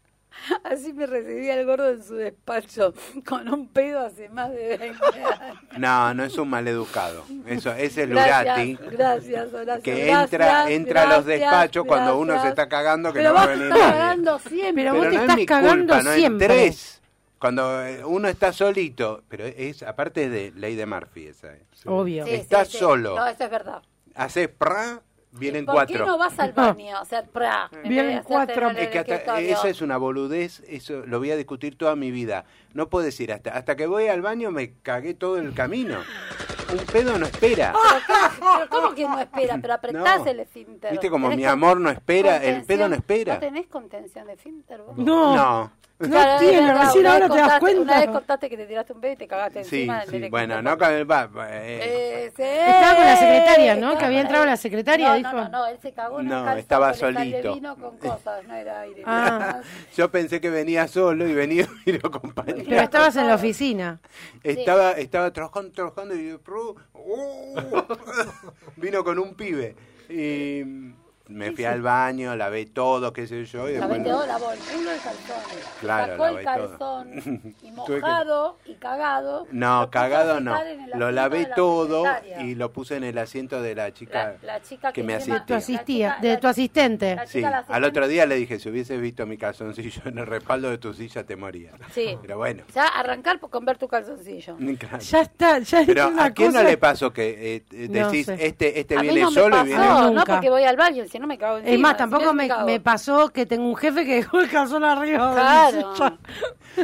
Speaker 3: Así me recibía el gordo en su despacho, con un pedo hace más de 20 años.
Speaker 1: No, no es un maleducado. Eso, ese es Lurati.
Speaker 3: Gracias, gracias, Horacio.
Speaker 1: Que
Speaker 3: gracias,
Speaker 1: entra, entra a los
Speaker 3: gracias,
Speaker 1: despachos cuando uno
Speaker 3: gracias.
Speaker 1: se está cagando que
Speaker 3: Pero
Speaker 1: no va a
Speaker 3: vos te
Speaker 1: venir
Speaker 3: estás
Speaker 1: nadie.
Speaker 3: cagando siempre.
Speaker 4: Pero vos te
Speaker 1: no
Speaker 4: estás
Speaker 1: es mi
Speaker 4: cagando
Speaker 1: culpa, no es
Speaker 4: siempre.
Speaker 1: tres. Cuando eh, uno está solito, pero es aparte es de ley de Murphy esa. eh.
Speaker 4: Obvio.
Speaker 3: Sí, sí,
Speaker 1: estás
Speaker 3: sí.
Speaker 1: solo.
Speaker 3: No, eso es verdad.
Speaker 1: Haces pra, vienen
Speaker 3: ¿Por
Speaker 1: cuatro. Mm.
Speaker 3: qué no vas al baño a hacer pra? en vez de
Speaker 4: Vienen
Speaker 3: hacerte
Speaker 4: cuatro.
Speaker 3: el
Speaker 1: Es que hasta,
Speaker 3: escritorio?
Speaker 1: esa es una boludez, eso lo voy a discutir toda mi vida. No puedo decir hasta hasta que voy al baño me cagué todo el camino. Un pedo no espera.
Speaker 3: Ah, Pero ¿cómo que no espera? Pero apretás
Speaker 1: No.
Speaker 3: el esfínter.
Speaker 1: Viste como
Speaker 3: ¿Tenés
Speaker 1: mi
Speaker 3: con-
Speaker 1: amor no espera, el
Speaker 3: contención?
Speaker 1: pedo no espera.
Speaker 3: ¿No tenés contención de esfínter vos?
Speaker 4: No, no,
Speaker 1: No.
Speaker 4: tiene,
Speaker 3: verdad,
Speaker 4: recién
Speaker 3: una vez
Speaker 4: ahora te das
Speaker 3: contaste- Una vez
Speaker 4: cuenta.
Speaker 3: contaste que te tiraste un pedo y te cagaste
Speaker 1: Sí,
Speaker 3: encima. del
Speaker 1: sí.
Speaker 3: equipo.
Speaker 1: Bueno, no con el va, eh,
Speaker 3: Eh, sí.
Speaker 4: Estaba con la secretaria, ¿no?
Speaker 3: Estaba
Speaker 4: Que había
Speaker 3: con-
Speaker 4: entrado la secretaria,
Speaker 3: no,
Speaker 4: dijo.
Speaker 3: No, no, no, él se cagó en
Speaker 1: No,
Speaker 3: el calzón
Speaker 1: estaba
Speaker 3: con el
Speaker 1: solito.
Speaker 3: salvevino con cosas, no era aire.
Speaker 4: Ah.
Speaker 1: Yo pensé que venía solo y venía y lo acompañé.
Speaker 4: Pero estabas en la oficina.
Speaker 1: Estaba, estaba trabajando, trabajando y ¡pru! ¡Uh! vino con un pibe. Y me fui al baño, lavé todo, qué sé yo. Y
Speaker 3: La
Speaker 1: después,
Speaker 3: vendeó, lavó el culo el calzón.
Speaker 1: Claro,
Speaker 3: Sacó el
Speaker 1: lavé todo.
Speaker 3: calzón y
Speaker 1: Tuve que-
Speaker 3: mojado y cagado.
Speaker 1: no,
Speaker 3: lo puso a
Speaker 1: cagado
Speaker 3: secar
Speaker 1: no.
Speaker 3: en el asiento
Speaker 1: Lo
Speaker 3: de
Speaker 1: lavé
Speaker 3: la
Speaker 1: todo
Speaker 3: secretaria.
Speaker 1: y lo puse en el asiento de la chica.
Speaker 3: la, la chica que,
Speaker 1: que me
Speaker 3: encima-
Speaker 4: Tu
Speaker 1: asistía. Sí.
Speaker 4: asistía,
Speaker 3: la chica-
Speaker 4: de tu
Speaker 3: la-
Speaker 4: asistente.
Speaker 3: la-
Speaker 1: Sí,
Speaker 3: chica
Speaker 1: al
Speaker 3: asistente-
Speaker 1: otro día le dije, si hubieses visto mi calzoncillo en el respaldo de tu silla, te morías.
Speaker 3: Sí.
Speaker 1: Pero bueno,
Speaker 3: Ya arrancar por- con ver tu calzoncillo.
Speaker 1: claro.
Speaker 4: Ya está, ya es
Speaker 1: Pero
Speaker 4: una
Speaker 1: ¿a quién
Speaker 4: cosa.
Speaker 1: no le pasó que eh, eh,
Speaker 4: No
Speaker 1: decís,
Speaker 4: sé.
Speaker 1: este, este
Speaker 3: A mí
Speaker 1: viene
Speaker 3: no me
Speaker 1: solo
Speaker 3: pasó,
Speaker 1: y viene...
Speaker 3: no
Speaker 4: Nunca.
Speaker 3: porque voy al baño, si no me cago encima.
Speaker 4: Es más,
Speaker 3: si
Speaker 4: tampoco
Speaker 3: no
Speaker 4: me,
Speaker 3: cago.
Speaker 4: me pasó que tengo un jefe que dejó el calzón arriba. de
Speaker 3: Claro.
Speaker 4: mi silla.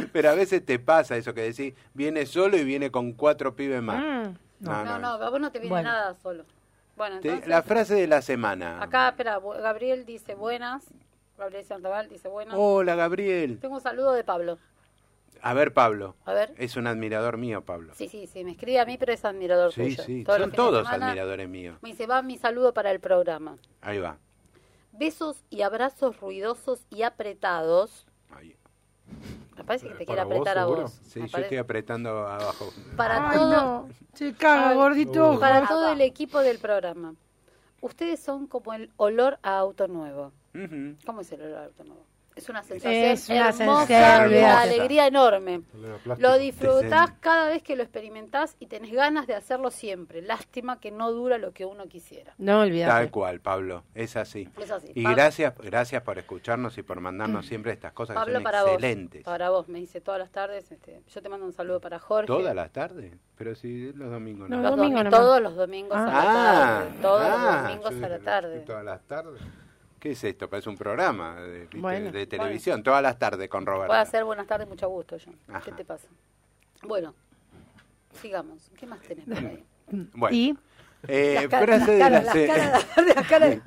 Speaker 1: Pero a veces te pasa eso que decís, viene solo y viene con cuatro pibes más.
Speaker 4: Mm,
Speaker 1: no,
Speaker 3: No,
Speaker 1: no.
Speaker 3: no, a vos no te viene
Speaker 4: Bueno.
Speaker 3: nada solo. Bueno,
Speaker 1: Te-
Speaker 3: entonces,
Speaker 1: la frase de la semana.
Speaker 3: acá, espera, bu- Gabriel dice buenas. Gabriel Sandoval dice buenas.
Speaker 1: Hola, Gabriel.
Speaker 3: Tengo un saludo de Pablo.
Speaker 1: A ver, Pablo.
Speaker 3: A ver.
Speaker 1: Es un admirador mío, Pablo.
Speaker 3: Sí, sí, sí, me escribe a mí, pero es admirador
Speaker 1: sí.
Speaker 3: tuyo.
Speaker 1: sí.
Speaker 3: Todos los
Speaker 1: Son
Speaker 3: fines de
Speaker 1: todos
Speaker 3: semana
Speaker 1: admiradores míos.
Speaker 3: Me dice, va mi saludo para el programa.
Speaker 1: Ahí va.
Speaker 3: Besos y abrazos ruidosos y apretados.
Speaker 1: Ahí.
Speaker 3: Me parece que te quiere
Speaker 6: ¿Para vos,
Speaker 3: apretar a
Speaker 6: seguro?
Speaker 3: vos.
Speaker 1: Sí,
Speaker 3: Me
Speaker 1: yo
Speaker 3: parece-
Speaker 1: estoy apretando abajo.
Speaker 3: Para
Speaker 4: Ay,
Speaker 3: todo,
Speaker 4: no. Se caga,
Speaker 3: Ay.
Speaker 4: gordito.
Speaker 3: para todo el e- equipo del programa. Ustedes son como el olor a auto nuevo.
Speaker 1: Ujú.
Speaker 3: ¿Cómo es el olor a auto nuevo? Es una sensación
Speaker 5: Es una
Speaker 3: hermosa,
Speaker 5: sensación,
Speaker 3: de
Speaker 5: olvídate.
Speaker 3: alegría enorme. Lo disfrutás
Speaker 1: Te sen-
Speaker 3: cada vez que lo experimentás y tenés ganas de hacerlo siempre. Lástima que no dura lo que uno quisiera.
Speaker 4: No
Speaker 1: Tal
Speaker 4: olvidate.
Speaker 1: cual, Pablo, es así.
Speaker 3: Es así.
Speaker 1: Y
Speaker 3: Pa-
Speaker 1: gracias, gracias por escucharnos y por mandarnos siempre estas cosas que
Speaker 3: Mm. Pablo,
Speaker 1: son
Speaker 3: para
Speaker 1: excelentes.
Speaker 3: vos. Para vos, me dice todas las tardes. este, yo te mando un saludo para Jorge.
Speaker 1: ¿Todas las tardes? Pero si los domingos
Speaker 4: No,
Speaker 3: Los
Speaker 1: no. Ah,
Speaker 3: do-
Speaker 4: Domingo nomás.
Speaker 3: todos los domingos a la tarde. Todos los domingos a la tarde.
Speaker 6: Todas las tardes.
Speaker 1: ¿Qué es esto? Parece un programa de, ¿viste?
Speaker 4: Bueno.
Speaker 1: de televisión, todas las tardes con Roberto.
Speaker 3: Puede hacer buenas tardes, mucho gusto, John. ¿Qué
Speaker 1: Ajá.
Speaker 3: te pasa? Bueno, sigamos. ¿Qué más tenemos por ahí?
Speaker 1: Bueno,
Speaker 4: Y
Speaker 1: eh,
Speaker 3: Las caras,
Speaker 1: frase de eh,
Speaker 3: las
Speaker 1: la
Speaker 3: caras,
Speaker 1: se-
Speaker 3: las caras, las caras.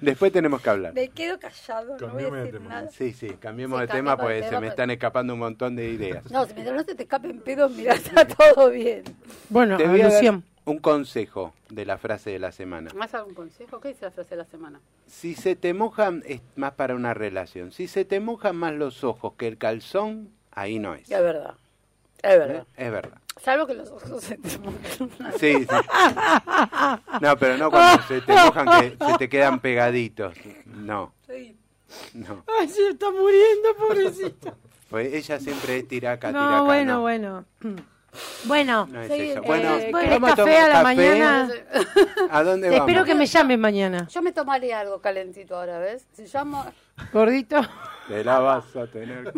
Speaker 1: Después tenemos que hablar.
Speaker 3: Me quedo callado, no voy a
Speaker 6: Cambiame de
Speaker 3: decir
Speaker 6: tema.
Speaker 3: nada.
Speaker 1: Sí, sí, cambiemos
Speaker 3: Sí,
Speaker 1: de tema
Speaker 3: cambiamos de
Speaker 1: porque se
Speaker 3: tema,
Speaker 1: me
Speaker 3: pero-
Speaker 1: están escapando un montón de ideas.
Speaker 3: No, si mientras no se te escapen pedos, mirá, está todo bien.
Speaker 4: bueno,
Speaker 1: Te voy a dar
Speaker 4: alusión.
Speaker 1: un consejo de la frase de la semana.
Speaker 3: ¿Más algún consejo? ¿Qué dice la frase de la semana?
Speaker 1: Si se te mojan, es más para una relación. Si se te mojan más los ojos que el calzón, ahí no es.
Speaker 3: Es verdad. Es
Speaker 1: ¿Eh?
Speaker 3: verdad.
Speaker 1: Es verdad.
Speaker 3: Salvo que los ojos se te mojan.
Speaker 1: Sí, sí. No, pero no cuando se te mojan que se te quedan pegaditos. No,
Speaker 3: Sí.
Speaker 1: no.
Speaker 4: Ay, se está muriendo, pobrecito.
Speaker 1: Pues ella siempre es tiraca, tiraca.
Speaker 4: No, bueno,
Speaker 1: no.
Speaker 4: bueno. Bueno,
Speaker 1: No es
Speaker 3: Sí,
Speaker 1: eso.
Speaker 3: eh,
Speaker 1: Bueno,
Speaker 4: eh,
Speaker 1: vamos
Speaker 4: ¿querés
Speaker 1: a tomar
Speaker 4: café a la
Speaker 1: café.
Speaker 4: mañana?
Speaker 1: ¿A dónde
Speaker 4: Te
Speaker 1: vamos?
Speaker 4: espero que me llames mañana.
Speaker 3: Yo me tomaré algo calentito ahora, ¿ves? Si llamo...
Speaker 4: Gordito.
Speaker 1: Te la vas a tener.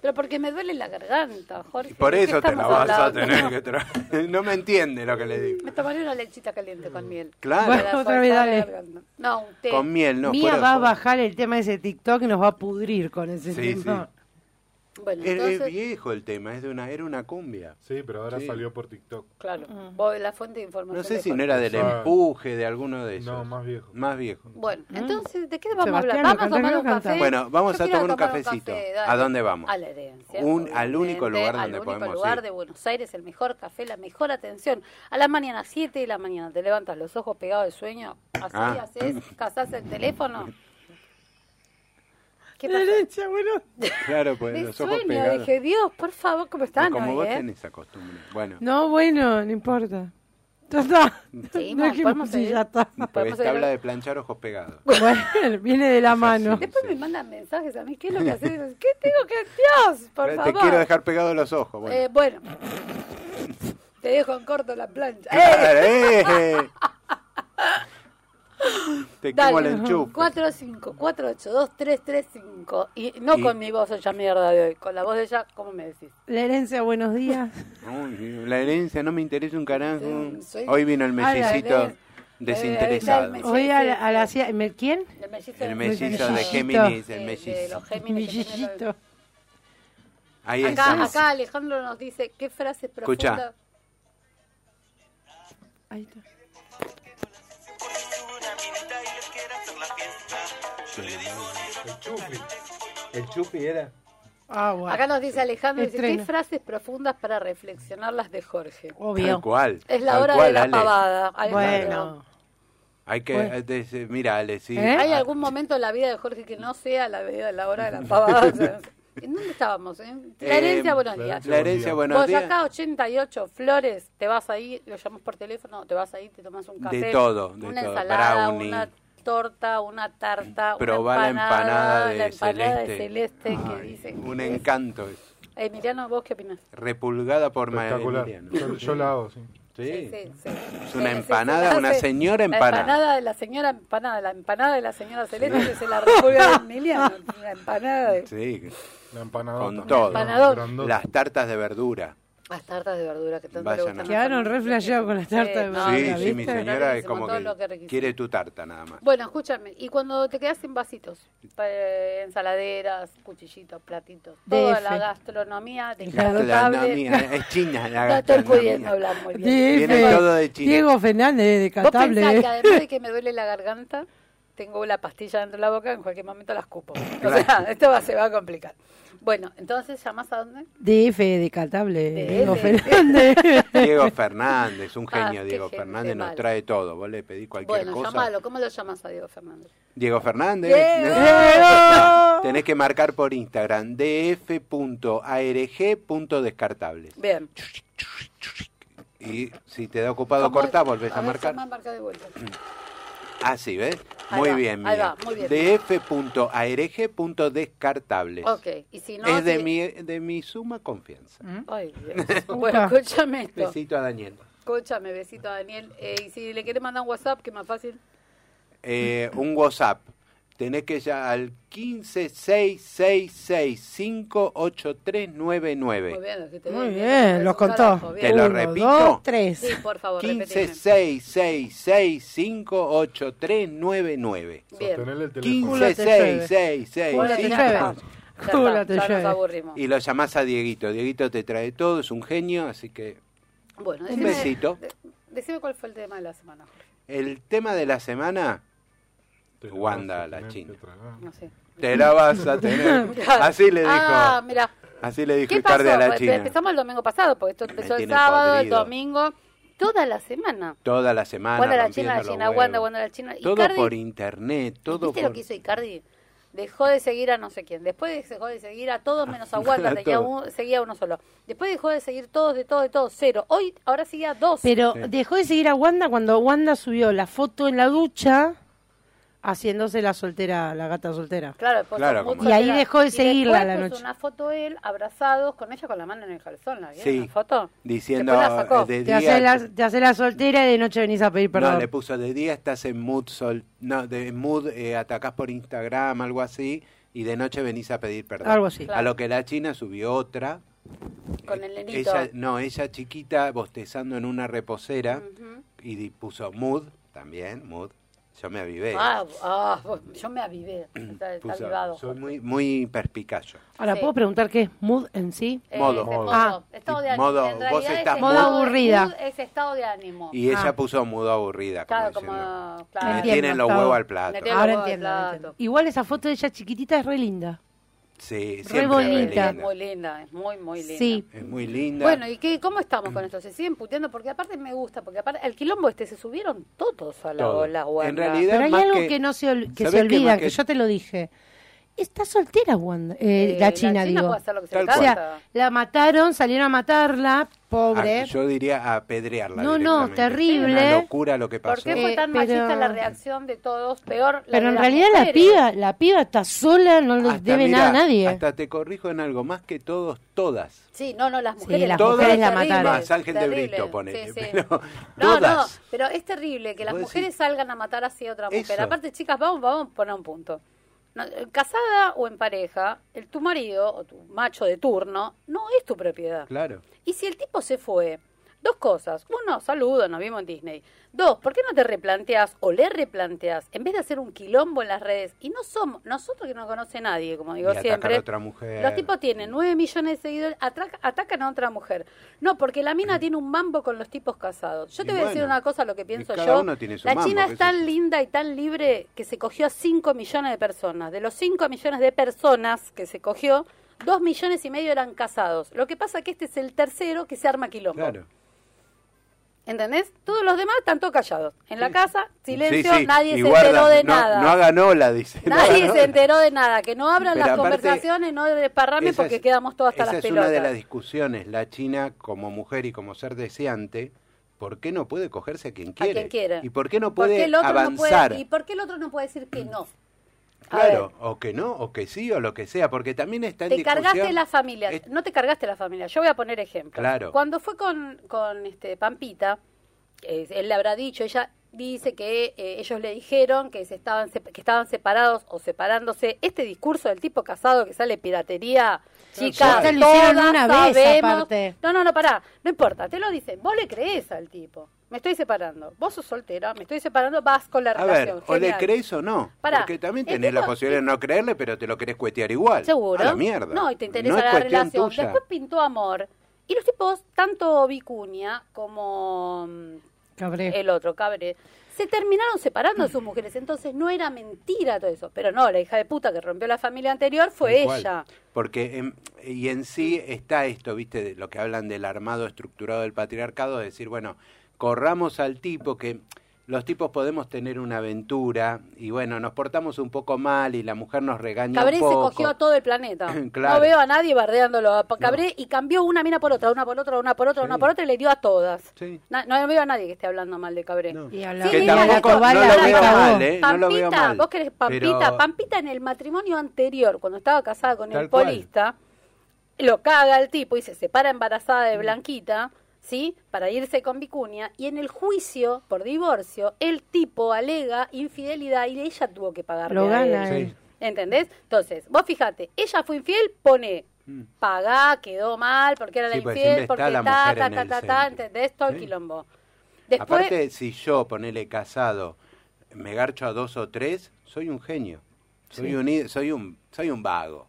Speaker 3: Pero porque me duele la garganta, Jorge.
Speaker 1: Por
Speaker 3: ¿de qué
Speaker 1: eso te la
Speaker 3: estamos
Speaker 1: vas
Speaker 3: hablando?
Speaker 1: a tener que traer. No me entiende lo que le digo.
Speaker 3: Me tomaré una lechita caliente con miel.
Speaker 1: Mm, Claro.
Speaker 3: Para
Speaker 4: Bueno, otra
Speaker 3: soltar
Speaker 4: vez,
Speaker 3: la
Speaker 4: dale.
Speaker 3: garganta. No, un té.
Speaker 1: Con miel, no.
Speaker 4: Mía
Speaker 1: fuera
Speaker 4: va a
Speaker 1: de-
Speaker 4: bajar el tema de ese TikTok y nos va a pudrir con ese
Speaker 1: Sí,
Speaker 4: tema.
Speaker 1: sí.
Speaker 3: Bueno,
Speaker 1: Es, es
Speaker 3: entonces...
Speaker 1: viejo el tema, es de una, era una cumbia.
Speaker 6: Sí, pero ahora
Speaker 1: Sí.
Speaker 6: salió por TikTok.
Speaker 3: Claro, vos la fuente de información.
Speaker 1: No sé
Speaker 3: de
Speaker 1: si
Speaker 3: Jorge.
Speaker 1: no era del
Speaker 6: Ah.
Speaker 1: empuje, de alguno de esos.
Speaker 6: No, más viejo.
Speaker 1: Más viejo.
Speaker 3: Bueno, entonces, ¿de qué vamos
Speaker 4: Sebastián,
Speaker 3: a hablar? Vamos a
Speaker 4: canta,
Speaker 3: tomar
Speaker 4: no
Speaker 3: un
Speaker 4: canta.
Speaker 3: café.
Speaker 1: Bueno, vamos
Speaker 3: Yo
Speaker 1: a
Speaker 3: quiero
Speaker 1: tomar un
Speaker 3: tomar
Speaker 1: cafecito.
Speaker 3: dale.
Speaker 1: ¿A dónde vamos?
Speaker 3: A la herencia.
Speaker 1: Un- al único
Speaker 3: obviamente,
Speaker 1: lugar donde
Speaker 3: al único
Speaker 1: podemos
Speaker 3: lugar
Speaker 1: ir.
Speaker 3: de Buenos Aires, el mejor café, la mejor atención. A la mañana, 7 de la mañana, te levantas los ojos pegados de sueño, así
Speaker 1: Ah.
Speaker 3: haces, casás el teléfono. ¿Qué pasó?
Speaker 4: Derecha, bueno.
Speaker 1: Claro, pues
Speaker 3: De
Speaker 1: los ojos
Speaker 3: sueño,
Speaker 1: pegados.
Speaker 3: dije, Dios, por favor, ¿cómo están
Speaker 1: Como
Speaker 3: hoy,
Speaker 1: vos
Speaker 3: eh?
Speaker 1: tenés esa costumbre. Bueno,
Speaker 4: No, bueno, no importa. Ya está.
Speaker 3: Seguimos,
Speaker 4: No es que-
Speaker 3: podemos
Speaker 4: sí,
Speaker 3: seguir.
Speaker 4: ya está.
Speaker 1: pues
Speaker 3: podemos ir a-
Speaker 1: te habla de planchar ojos pegados.
Speaker 4: Bueno, viene de la mano.
Speaker 3: Después me mandan mensajes a mí, ¿qué es lo que haces? ¿Qué tengo que Dios, por
Speaker 1: Te
Speaker 3: favor?
Speaker 1: quiero dejar pegados los ojos. Bueno.
Speaker 3: Eh, bueno. Te dejo en corto la plancha. ¡Eh!
Speaker 1: Claro, eh, eh. Te quemo el
Speaker 3: Dale,
Speaker 1: enchufe.
Speaker 3: 454823335. Y no
Speaker 1: Y-
Speaker 3: con mi voz ella mierda de hoy, con la voz de ella, ¿cómo me decís?
Speaker 4: La herencia, buenos días.
Speaker 1: Uy, la herencia no me interesa un carajo.
Speaker 3: Sí, soy-
Speaker 1: Hoy vino el
Speaker 4: Ah, la
Speaker 1: mellecito
Speaker 4: herencia.
Speaker 1: desinteresado.
Speaker 3: Eh, eh,
Speaker 4: Hoy a la, a la cia- ¿me- ¿Quién?
Speaker 3: El mellizo,
Speaker 1: El
Speaker 4: mellizo
Speaker 1: mellizo de
Speaker 4: mellizo.
Speaker 1: Géminis,
Speaker 3: Eh, de-
Speaker 1: el
Speaker 3: de
Speaker 1: mellizo.
Speaker 3: los Géminis que tienen los-
Speaker 4: Millillito.
Speaker 1: Ahí
Speaker 3: Acá,
Speaker 1: está.
Speaker 3: acá Alejandro nos dice, ¿qué frase
Speaker 1: Escuchá.
Speaker 3: profunda?
Speaker 4: Ahí está.
Speaker 1: El chupi era.
Speaker 4: Ah, bueno.
Speaker 3: Acá nos dice Alejandro, dice, ¿qué
Speaker 4: Estreno.
Speaker 3: frases profundas para reflexionar las de Jorge?
Speaker 4: Obvio.
Speaker 1: Tal cual.
Speaker 3: Es la
Speaker 1: tal
Speaker 3: hora de
Speaker 1: cual,
Speaker 3: la
Speaker 1: Ale.
Speaker 3: pavada. Alejandro.
Speaker 4: Bueno.
Speaker 1: Hay que.
Speaker 4: Bueno.
Speaker 1: eh, des- mira, Ale, sí.
Speaker 4: ¿Eh?
Speaker 3: ¿Hay algún momento en la vida de Jorge que no sea la, vida- la hora de la pavada? O sea, ¿En dónde estábamos? En La herencia,
Speaker 1: Eh,
Speaker 3: buenos
Speaker 6: la
Speaker 3: días.
Speaker 1: La herencia,
Speaker 6: Buen
Speaker 1: buenos
Speaker 3: Vos
Speaker 1: días.
Speaker 3: acá 88 flores, te vas ahí, lo llamás por teléfono, te vas ahí, te tomas un café.
Speaker 1: De todo, de
Speaker 3: una
Speaker 1: todo.
Speaker 3: ensalada,
Speaker 1: Brownie.
Speaker 3: una torta, una tarta,
Speaker 1: Probá la
Speaker 3: una
Speaker 1: empanada de
Speaker 3: la empanada de
Speaker 1: celeste.
Speaker 3: celeste que
Speaker 1: Ay,
Speaker 3: dice.
Speaker 1: Un encanto. es
Speaker 3: Emiliano, ¿vos qué opinás?
Speaker 1: Repulgada por
Speaker 6: Espectacular.
Speaker 1: María.
Speaker 6: Yo, yo la hago, sí.
Speaker 1: Sí.
Speaker 3: sí.
Speaker 1: Es
Speaker 3: Sí,
Speaker 1: una
Speaker 3: sí,
Speaker 1: empanada,
Speaker 3: se la
Speaker 1: una
Speaker 3: hace-
Speaker 1: señora
Speaker 3: la
Speaker 1: empanada.
Speaker 3: empanada de la señora empanada, la empanada de la señora celeste que se la recuerda a Emiliano. La empanada de...
Speaker 1: Sí,
Speaker 6: La empanadota.
Speaker 1: con todo.
Speaker 3: empanadota.
Speaker 6: Grandota.
Speaker 1: Las tartas de verdura.
Speaker 3: Las tartas de verdura que tanto le
Speaker 1: Vayan
Speaker 3: gustan.
Speaker 1: a-
Speaker 3: a
Speaker 4: Quedaron
Speaker 3: Fernando.
Speaker 4: re flasheados con las tartas
Speaker 3: Sí,
Speaker 4: de verdura,
Speaker 3: Ah,
Speaker 1: sí,
Speaker 3: ¿la
Speaker 1: sí, mi
Speaker 4: ¿viste?
Speaker 1: señora es
Speaker 3: Riquísimo,
Speaker 1: como
Speaker 3: todo
Speaker 1: que,
Speaker 3: lo que es riquísimo.
Speaker 1: quiere tu tarta nada más.
Speaker 3: Bueno, escúchame, y cuando te quedas sin vasitos, Pa- eh, ensaladeras, cuchillitos, platitos, toda
Speaker 4: DF.
Speaker 3: la gastronomía, te
Speaker 1: Gastronomía, es china la
Speaker 3: No estoy
Speaker 1: gastronomía.
Speaker 3: pudiendo hablar muy bien.
Speaker 1: Viene todo
Speaker 4: DF,
Speaker 1: de Chile.
Speaker 4: Diego Fernández de
Speaker 3: Vos pensás
Speaker 4: Catable.
Speaker 3: que además de que me duele la garganta, tengo la pastilla dentro de la boca, en cualquier momento las cupo. O sea, esto va- se va a complicar. Bueno, entonces, ¿llamás a dónde?
Speaker 4: DF de Catable.
Speaker 3: DF.
Speaker 4: Diego Fernández.
Speaker 1: Diego Fernández, un
Speaker 3: Ah,
Speaker 1: genio
Speaker 3: qué
Speaker 1: Diego
Speaker 3: gente
Speaker 1: Fernández, nos
Speaker 3: mala.
Speaker 1: trae todo. Vos le pedís cualquier
Speaker 3: Bueno,
Speaker 1: cosa.
Speaker 3: llamalo. ¿Cómo lo llamas a Diego Fernández?
Speaker 1: Diego Fernández.
Speaker 3: Diego.
Speaker 1: No, tenés que marcar por Instagram df.arg.descartables.
Speaker 3: Bien.
Speaker 1: Y si te da ocupado
Speaker 3: ¿Cómo-
Speaker 1: cortá, volvés a
Speaker 3: ver,
Speaker 1: marcar.
Speaker 3: llama, marca de vuelta.
Speaker 1: Así, ¿ves?
Speaker 3: Ahí
Speaker 1: muy
Speaker 3: va,
Speaker 1: bien,
Speaker 3: ahí
Speaker 1: Mía.
Speaker 3: va, muy bien.
Speaker 1: df.aereje.descartables.
Speaker 3: Ok, y si no...
Speaker 1: es de
Speaker 3: si-
Speaker 1: mi, de mi suma confianza.
Speaker 3: Ay, Dios. Bueno, escúchame esto.
Speaker 1: Besito a Daniel.
Speaker 3: Escúchame, besito a Daniel. Eh, y si le querés mandar un WhatsApp, que más fácil.
Speaker 1: Eh, un WhatsApp. Tenés que ya al
Speaker 3: Muy
Speaker 1: 1566658399.
Speaker 3: bien, que te
Speaker 4: Muy
Speaker 3: den-
Speaker 4: bien, los
Speaker 3: un
Speaker 4: contó.
Speaker 3: carajo,
Speaker 1: Te lo
Speaker 4: Uno,
Speaker 1: repito.
Speaker 4: Dos, tres.
Speaker 3: Sí, por favor, repetime.
Speaker 1: 1566658399.
Speaker 3: Bien.
Speaker 6: Sostenerle el teléfono.
Speaker 4: Culo te llueve. Culo te llueve.
Speaker 1: 1566658399.
Speaker 3: Ya está,
Speaker 4: Culo te
Speaker 3: ya nos
Speaker 4: llueve.
Speaker 3: aburrimos.
Speaker 1: Y lo llamás a Dieguito. Dieguito te trae todo, es un genio, así que
Speaker 3: Bueno,
Speaker 1: un
Speaker 3: decime-
Speaker 1: besito.
Speaker 3: de- Decime cuál fue el tema de la semana, Jorge.
Speaker 1: El tema de la semana,
Speaker 6: Te lo
Speaker 1: Wanda,
Speaker 6: vas a
Speaker 1: la
Speaker 6: tener
Speaker 1: china.
Speaker 6: que tragar.
Speaker 3: No sé.
Speaker 1: te la vas a tener. Así le dijo,
Speaker 3: Ah, mira.
Speaker 1: así le dijo
Speaker 3: ¿Qué pasó?
Speaker 1: Icardi a la
Speaker 3: Pues,
Speaker 1: china.
Speaker 3: Empezamos el domingo pasado, porque esto
Speaker 1: Me
Speaker 3: empezó el
Speaker 1: tiene
Speaker 3: sábado, el
Speaker 1: podrido.
Speaker 3: domingo, toda la semana.
Speaker 1: Toda la semana.
Speaker 3: Wanda la
Speaker 1: rompiendo
Speaker 3: China, la
Speaker 1: los
Speaker 3: China,
Speaker 1: huevos.
Speaker 3: Wanda, Wanda la China.
Speaker 1: Todo
Speaker 3: Icardi,
Speaker 1: por internet, todo
Speaker 3: ¿Viste
Speaker 1: por...
Speaker 3: lo que hizo Icardi? Dejó de seguir a no sé quién. Después dejó de seguir a todos menos a Wanda.
Speaker 1: A
Speaker 3: tenía
Speaker 1: todos.
Speaker 3: un- seguía a uno solo. Después dejó de seguir todos, de todos, de todos. Cero. Hoy, ahora sigue a dos.
Speaker 4: Pero
Speaker 1: Sí.
Speaker 4: dejó de seguir a Wanda cuando Wanda subió la foto en la ducha haciéndose la soltera, la gata soltera.
Speaker 3: Claro, después
Speaker 1: Claro,
Speaker 3: son
Speaker 1: como-
Speaker 3: muy
Speaker 4: Y ahí
Speaker 3: solteras.
Speaker 4: dejó de
Speaker 3: Y
Speaker 4: seguirla
Speaker 3: después
Speaker 4: a la
Speaker 3: puso
Speaker 4: noche.
Speaker 3: una foto él, abrazados, con ella con la mano en el calzón. ¿La vieron
Speaker 1: Sí.
Speaker 3: la foto?
Speaker 1: Diciendo
Speaker 3: Después la sacó.
Speaker 1: eh, de
Speaker 4: Te hace,
Speaker 1: día...
Speaker 4: la, te hace la soltera y de noche venís a pedir perdón.
Speaker 1: No, le puso de día estás en mood sol... No, de mood eh, atacás por Instagram, algo así, y de noche venís a pedir perdón.
Speaker 4: Algo así.
Speaker 1: A lo que la china subió otra.
Speaker 3: Con
Speaker 1: Eh,
Speaker 3: el nenito.
Speaker 1: ella, No, ella chiquita bostezando en una reposera
Speaker 3: Ujú.
Speaker 1: y di- puso mood, también, mood. Yo me avivé.
Speaker 3: Ah, ah, yo me avivé. Está, está
Speaker 1: Puso-
Speaker 3: avivado. Ah.
Speaker 1: soy muy, muy perspicaz yo.
Speaker 4: Ahora,
Speaker 3: Sí.
Speaker 4: ¿puedo preguntar qué es mood en sí?
Speaker 3: Eh,
Speaker 1: Modo.
Speaker 3: es el modo.
Speaker 4: Ah.
Speaker 3: Estado de
Speaker 1: Y
Speaker 3: ánimo.
Speaker 1: modo,
Speaker 3: En realidad
Speaker 1: vos
Speaker 3: es
Speaker 1: estás
Speaker 3: estado
Speaker 4: Modo
Speaker 3: de-
Speaker 4: aburrida.
Speaker 3: mood Es estado de ánimo.
Speaker 1: Y ella
Speaker 4: Ah.
Speaker 1: puso mudo aburrida. Como
Speaker 3: Claro, como-
Speaker 1: diciendo,
Speaker 3: claro.
Speaker 1: Me
Speaker 4: Entiendo,
Speaker 1: tienen los
Speaker 4: está
Speaker 1: huevos
Speaker 4: bien.
Speaker 1: al plato.
Speaker 3: Le tiene
Speaker 4: Ahora
Speaker 3: los huevos al
Speaker 4: entiendo, ahora
Speaker 3: plato.
Speaker 4: Igual esa foto de ella chiquitita es re linda.
Speaker 1: Sí,
Speaker 4: Re
Speaker 1: siempre es
Speaker 4: bonita.
Speaker 1: re
Speaker 3: Es
Speaker 1: linda.
Speaker 3: muy linda, es muy, muy linda.
Speaker 4: Sí.
Speaker 1: Es muy linda.
Speaker 3: Bueno, ¿y qué, cómo estamos con esto? ¿Se siguen puteando? Porque aparte me gusta, porque aparte el quilombo este se subieron todos a la
Speaker 1: Todo.
Speaker 3: ola, Wanda.
Speaker 1: En realidad-
Speaker 4: Pero hay
Speaker 1: más
Speaker 4: algo
Speaker 1: que-
Speaker 4: que, no se, ol- que
Speaker 1: ¿sabés
Speaker 4: se
Speaker 1: qué más
Speaker 4: olvida, que,
Speaker 1: que-
Speaker 4: yo te lo dije. Está soltera Wanda, eh,
Speaker 3: Eh,
Speaker 4: la China, digo.
Speaker 3: puede hacer lo que se le
Speaker 1: Tal
Speaker 4: O
Speaker 1: cual.
Speaker 4: sea,
Speaker 3: canta.
Speaker 4: la mataron, salieron a matarla, pobre.
Speaker 1: Ah, yo diría apedrearla.
Speaker 4: No, no,
Speaker 1: directamente.
Speaker 4: terrible.
Speaker 1: Una locura lo que
Speaker 3: ¿Por
Speaker 1: pasó.
Speaker 3: qué fue
Speaker 4: Eh,
Speaker 3: tan
Speaker 4: pero-
Speaker 3: machista la reacción de todos? Peor la
Speaker 4: Pero
Speaker 3: de
Speaker 4: en
Speaker 3: las
Speaker 4: realidad la
Speaker 3: mujeres.
Speaker 4: piba, la piba está sola, no le
Speaker 1: Hasta,
Speaker 4: debe
Speaker 1: mirá,
Speaker 4: nada a nadie.
Speaker 1: Hasta te corrijo en algo, más que todos, todas.
Speaker 3: Sí, no, no, las mujeres.
Speaker 4: las
Speaker 1: Todas,
Speaker 4: mujeres la
Speaker 3: terrible,
Speaker 4: mataron.
Speaker 1: Más Ángel de
Speaker 3: terrible.
Speaker 1: Brito, ponele,
Speaker 3: Sí, sí.
Speaker 1: pero
Speaker 3: no,
Speaker 1: todas.
Speaker 3: no, pero es terrible que las
Speaker 1: Vos
Speaker 3: mujeres
Speaker 1: decís-
Speaker 3: salgan a matar así a otra mujer.
Speaker 1: Eso.
Speaker 3: Aparte, chicas, vamos, vamos a poner un punto. No, eh, casada o en pareja, el, tu marido o tu macho de turno no es tu propiedad.
Speaker 1: Claro.
Speaker 3: Y si el tipo se fue, dos cosas. Uno, saludo, nos vimos en Disney. Dos, ¿por qué no te replanteas o le replanteas en vez de hacer un quilombo en las redes? Y no somos, nosotros que no conoce nadie, como digo
Speaker 1: Y atacar
Speaker 3: siempre.
Speaker 1: a otra mujer.
Speaker 3: Los tipos tienen 9 millones de seguidores, atraca- atacan a otra mujer. No, porque la mina tiene un mambo con los tipos casados. Yo
Speaker 1: Y
Speaker 3: te voy a decir
Speaker 1: bueno,
Speaker 3: una cosa, lo que pienso
Speaker 1: y cada
Speaker 3: yo.
Speaker 1: uno tiene su
Speaker 3: la
Speaker 1: mambo,
Speaker 3: China
Speaker 1: qué
Speaker 3: es
Speaker 1: sé
Speaker 3: tan
Speaker 1: yo.
Speaker 3: linda y tan libre que se cogió a 5 millones de personas. De los 5 millones de personas que se cogió, 2 millones y medio eran casados. Lo que pasa que este es el tercero que se arma quilombo.
Speaker 1: Claro.
Speaker 3: ¿Entendés? Todos los demás están todos callados. En la casa, silencio,
Speaker 1: Sí, sí,
Speaker 3: nadie
Speaker 1: y
Speaker 3: se
Speaker 1: guarda,
Speaker 3: enteró de
Speaker 1: no,
Speaker 3: nada.
Speaker 1: No hagan ola, dice. no
Speaker 3: Nadie
Speaker 1: hagan
Speaker 3: se
Speaker 1: ola.
Speaker 3: enteró de nada, que no abran
Speaker 1: Pero
Speaker 3: las
Speaker 1: aparte,
Speaker 3: conversaciones, no desparramen
Speaker 1: Esa
Speaker 3: porque
Speaker 1: es-
Speaker 3: quedamos todos hasta
Speaker 1: esa
Speaker 3: las
Speaker 1: es
Speaker 3: pelotas.
Speaker 1: una de las discusiones. La China, como mujer y como ser deseante, ¿por qué no puede cogerse a quien
Speaker 3: A
Speaker 1: quiere?
Speaker 3: quien quiere.
Speaker 1: ¿Y por qué no
Speaker 3: ¿Por
Speaker 1: puede
Speaker 3: qué el otro no puede-
Speaker 1: avanzar?
Speaker 3: ¿Y por qué el otro no puede decir que no? A
Speaker 1: Claro,
Speaker 3: ver,
Speaker 1: o que no, o que sí, o lo que sea, porque también está en
Speaker 3: te
Speaker 1: discusión.
Speaker 3: cargaste la familia.
Speaker 1: Es-
Speaker 3: No te cargaste la familia. Yo voy a poner ejemplo.
Speaker 1: Claro.
Speaker 3: Cuando fue con, con este Pampita, eh, él le habrá dicho, ella dice que eh, ellos le dijeron que se estaban sep- que estaban separados o separándose. Este discurso del tipo casado que sale piratería, chicas,
Speaker 4: Te lo hicieron
Speaker 3: todas
Speaker 4: una vez,
Speaker 3: sabemos-
Speaker 4: aparte.
Speaker 3: No, no, no, pará, no importa, te lo dicen. Vos le crees al tipo. Me estoy separando. Vos sos soltera, me estoy separando, vas con la
Speaker 1: A ver,
Speaker 3: relación.
Speaker 1: o le
Speaker 3: Genial.
Speaker 1: crees o no.
Speaker 3: Pará,
Speaker 1: porque también
Speaker 3: el
Speaker 1: tenés la
Speaker 3: tipo-
Speaker 1: posibilidad de no creerle, pero te lo querés cuetear igual.
Speaker 3: Seguro.
Speaker 1: A la mierda.
Speaker 3: No, y te interesa
Speaker 1: No es
Speaker 3: la
Speaker 1: cuestión
Speaker 3: relación.
Speaker 1: tuya.
Speaker 3: Después pintó amor. Y los tipos, tanto Vicuña como mm,
Speaker 4: Cabré.
Speaker 3: el otro, Cabré, se terminaron separando de sus mujeres. Entonces no era mentira todo eso. Pero no, la hija de puta que rompió la familia anterior fue
Speaker 1: Tal cual.
Speaker 3: ella.
Speaker 1: Porque en- y en sí está esto, ¿viste? De lo que hablan del armado estructurado del patriarcado, de decir, bueno, corramos al tipo que los tipos podemos tener una aventura y bueno, nos portamos un poco mal y la mujer nos regaña
Speaker 3: Cabré
Speaker 1: un
Speaker 3: se
Speaker 1: poco.
Speaker 3: cogió a todo el planeta.
Speaker 1: Claro.
Speaker 3: No veo a nadie bardeándolo a Cabré y cambió una mina por otra, una por otra, una por otra, una por otra y le dio a todas.
Speaker 1: Sí.
Speaker 3: Na- no veo a nadie que esté hablando mal de Cabré.
Speaker 1: No.
Speaker 4: Y
Speaker 3: Sí,
Speaker 4: habla-
Speaker 1: Que
Speaker 3: mira,
Speaker 1: tampoco,
Speaker 3: la
Speaker 1: no
Speaker 4: Escobar
Speaker 3: cobarde,
Speaker 4: la
Speaker 1: lo veo
Speaker 4: cagó.
Speaker 1: mal, ¿eh? No lo veo
Speaker 3: Pampita,
Speaker 1: mal.
Speaker 3: vos querés Pampita,
Speaker 1: Pero-
Speaker 3: Pampita en el matrimonio anterior, cuando estaba casada con el
Speaker 1: Tal cual.
Speaker 3: polista, lo caga el tipo y se separa embarazada de Blanquita, ¿sí? Para irse con Vicuña, y en el juicio por divorcio, el tipo alega infidelidad y ella tuvo que pagar.
Speaker 4: Lo gana
Speaker 1: él. Sí.
Speaker 3: ¿Entendés? Entonces, vos fijate, ella fue infiel, pone pagá, quedó mal, porque era la
Speaker 1: Mm. Sí, pues,
Speaker 3: infiel,
Speaker 1: siempre
Speaker 3: porque
Speaker 1: está la
Speaker 3: ta, ta,
Speaker 1: mujer
Speaker 3: ta,
Speaker 1: en
Speaker 3: ta,
Speaker 1: el
Speaker 3: ta,
Speaker 1: centro.
Speaker 3: ¿entendés? Todo el
Speaker 1: Sí.
Speaker 3: quilombo. Después,
Speaker 1: Aparte, si yo, ponele casado, me garcho a dos o tres, soy un genio. Soy, un, i- soy, un, soy un vago.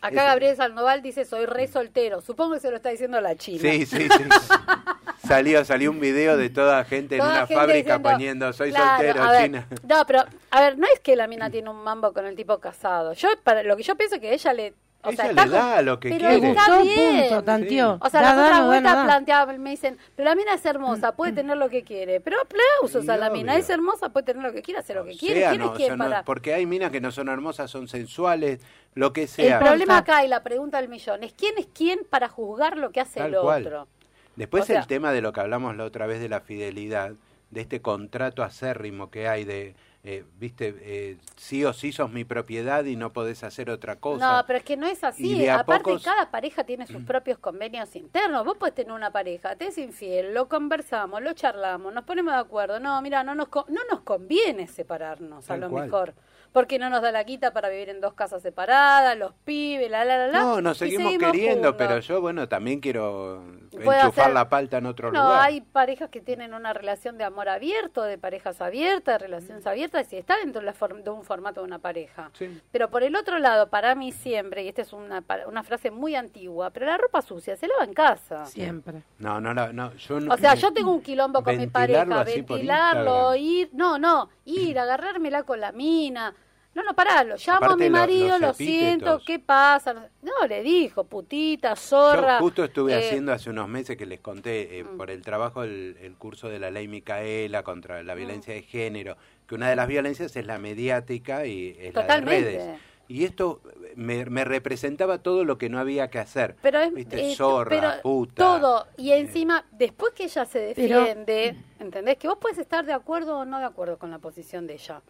Speaker 3: Acá
Speaker 1: Ese.
Speaker 3: Gabriel Sandoval dice, soy re soltero. Supongo que se lo está diciendo la China.
Speaker 1: Sí, sí, sí. salió, salió un video de toda gente en
Speaker 3: Toda
Speaker 1: una
Speaker 3: gente
Speaker 1: fábrica
Speaker 3: diciendo,
Speaker 1: poniendo, soy
Speaker 3: claro, a
Speaker 1: soltero,
Speaker 3: ver,
Speaker 1: China.
Speaker 3: No, pero, a ver, no es que la mina tiene un mambo con el tipo casado. Yo, para, lo que yo pienso es que ella le... O
Speaker 1: Ella
Speaker 3: sea,
Speaker 1: le
Speaker 3: está con-
Speaker 1: da lo que
Speaker 3: pero
Speaker 1: quiere.
Speaker 4: Le
Speaker 3: está
Speaker 4: gustó,
Speaker 3: bien.
Speaker 4: punto, tanteó.
Speaker 3: O sea,
Speaker 4: Da,
Speaker 3: la
Speaker 4: da,
Speaker 3: otra
Speaker 4: no da,
Speaker 3: vuelta
Speaker 4: no da. Mm,
Speaker 3: planteaban, me dicen, pero la mina es hermosa, puede tener lo que quiere. Pero aplausos
Speaker 1: Y
Speaker 3: a la
Speaker 1: obvio.
Speaker 3: mina, es hermosa, puede tener lo que quiere, hacer lo que
Speaker 1: O
Speaker 3: quiere.
Speaker 1: sea,
Speaker 3: ¿Quién
Speaker 1: no,
Speaker 3: es
Speaker 1: o
Speaker 3: quién
Speaker 1: sea, no,
Speaker 3: para...?
Speaker 1: porque hay minas que no son hermosas, son sensuales, lo que
Speaker 3: El
Speaker 1: sea.
Speaker 3: problema
Speaker 4: Importa.
Speaker 3: acá y la pregunta del millón es quién es quién para juzgar lo que hace
Speaker 1: Tal
Speaker 3: el otro.
Speaker 1: cual. Después
Speaker 3: O sea-
Speaker 1: el tema de lo que hablamos la otra vez de la fidelidad, de este contrato acérrimo que hay de, eh, viste, eh, sí o sí sos mi propiedad y no podés hacer otra cosa.
Speaker 3: No, pero es que no es
Speaker 1: y
Speaker 3: así.
Speaker 1: de a
Speaker 3: Aparte,
Speaker 1: pocos- Mm.
Speaker 3: cada pareja tiene sus propios convenios internos. Vos podés tener una pareja, te es infiel, lo conversamos, lo charlamos, nos ponemos de acuerdo. No, mira, no nos, co- no nos conviene separarnos a
Speaker 1: Tal
Speaker 3: lo
Speaker 1: cual.
Speaker 3: mejor. Porque no nos da la quita para vivir en dos casas separadas, los pibes, la, la, la, la.
Speaker 1: No, nos
Speaker 3: y
Speaker 1: seguimos, queriendo,
Speaker 3: juntos.
Speaker 1: pero yo, bueno, también quiero
Speaker 3: Puedo
Speaker 1: enchufar
Speaker 3: hacer-
Speaker 1: la palta en otro
Speaker 3: no,
Speaker 1: lugar.
Speaker 3: hay parejas que tienen una relación de amor abierto, de parejas abiertas, de
Speaker 1: Mm.
Speaker 3: relaciones abiertas, y está dentro de, la form- de un formato de una pareja.
Speaker 1: Sí.
Speaker 3: Pero por el otro lado, para mí siempre, y esta es una, pa- una frase muy antigua, pero la ropa sucia se lava en casa.
Speaker 4: Siempre.
Speaker 1: No, no, la- no, yo no.
Speaker 3: O sea, yo tengo un quilombo con mi
Speaker 1: Ventilarlo
Speaker 3: pareja,
Speaker 1: así por
Speaker 3: ventilarlo,
Speaker 1: Instagram.
Speaker 3: ir, no, no, ir, agarrármela con la mina. No, no, pará, lo llamo
Speaker 1: Aparte
Speaker 3: a mi
Speaker 1: lo-
Speaker 3: marido,
Speaker 1: los
Speaker 3: lo siento,
Speaker 1: epítetos.
Speaker 3: ¿qué pasa? No, le dijo, putita, zorra.
Speaker 1: Yo justo estuve
Speaker 3: eh, mm.
Speaker 1: haciendo hace unos meses que les conté eh, por el trabajo el, el curso de la ley Micaela contra
Speaker 3: Mm.
Speaker 1: la violencia de género, que una de las violencias es la mediática y es
Speaker 3: Totalmente.
Speaker 1: la de redes. Y esto eh, me, me representaba todo lo que no había que hacer.
Speaker 3: Pero es
Speaker 1: Viste,
Speaker 3: eh,
Speaker 1: zorra,
Speaker 3: pero
Speaker 1: puta. Eh.
Speaker 3: todo y encima después que ella se
Speaker 4: Pero-
Speaker 3: defiende, ¿entendés? Que vos puedes estar de acuerdo o no de acuerdo con la posición de ella.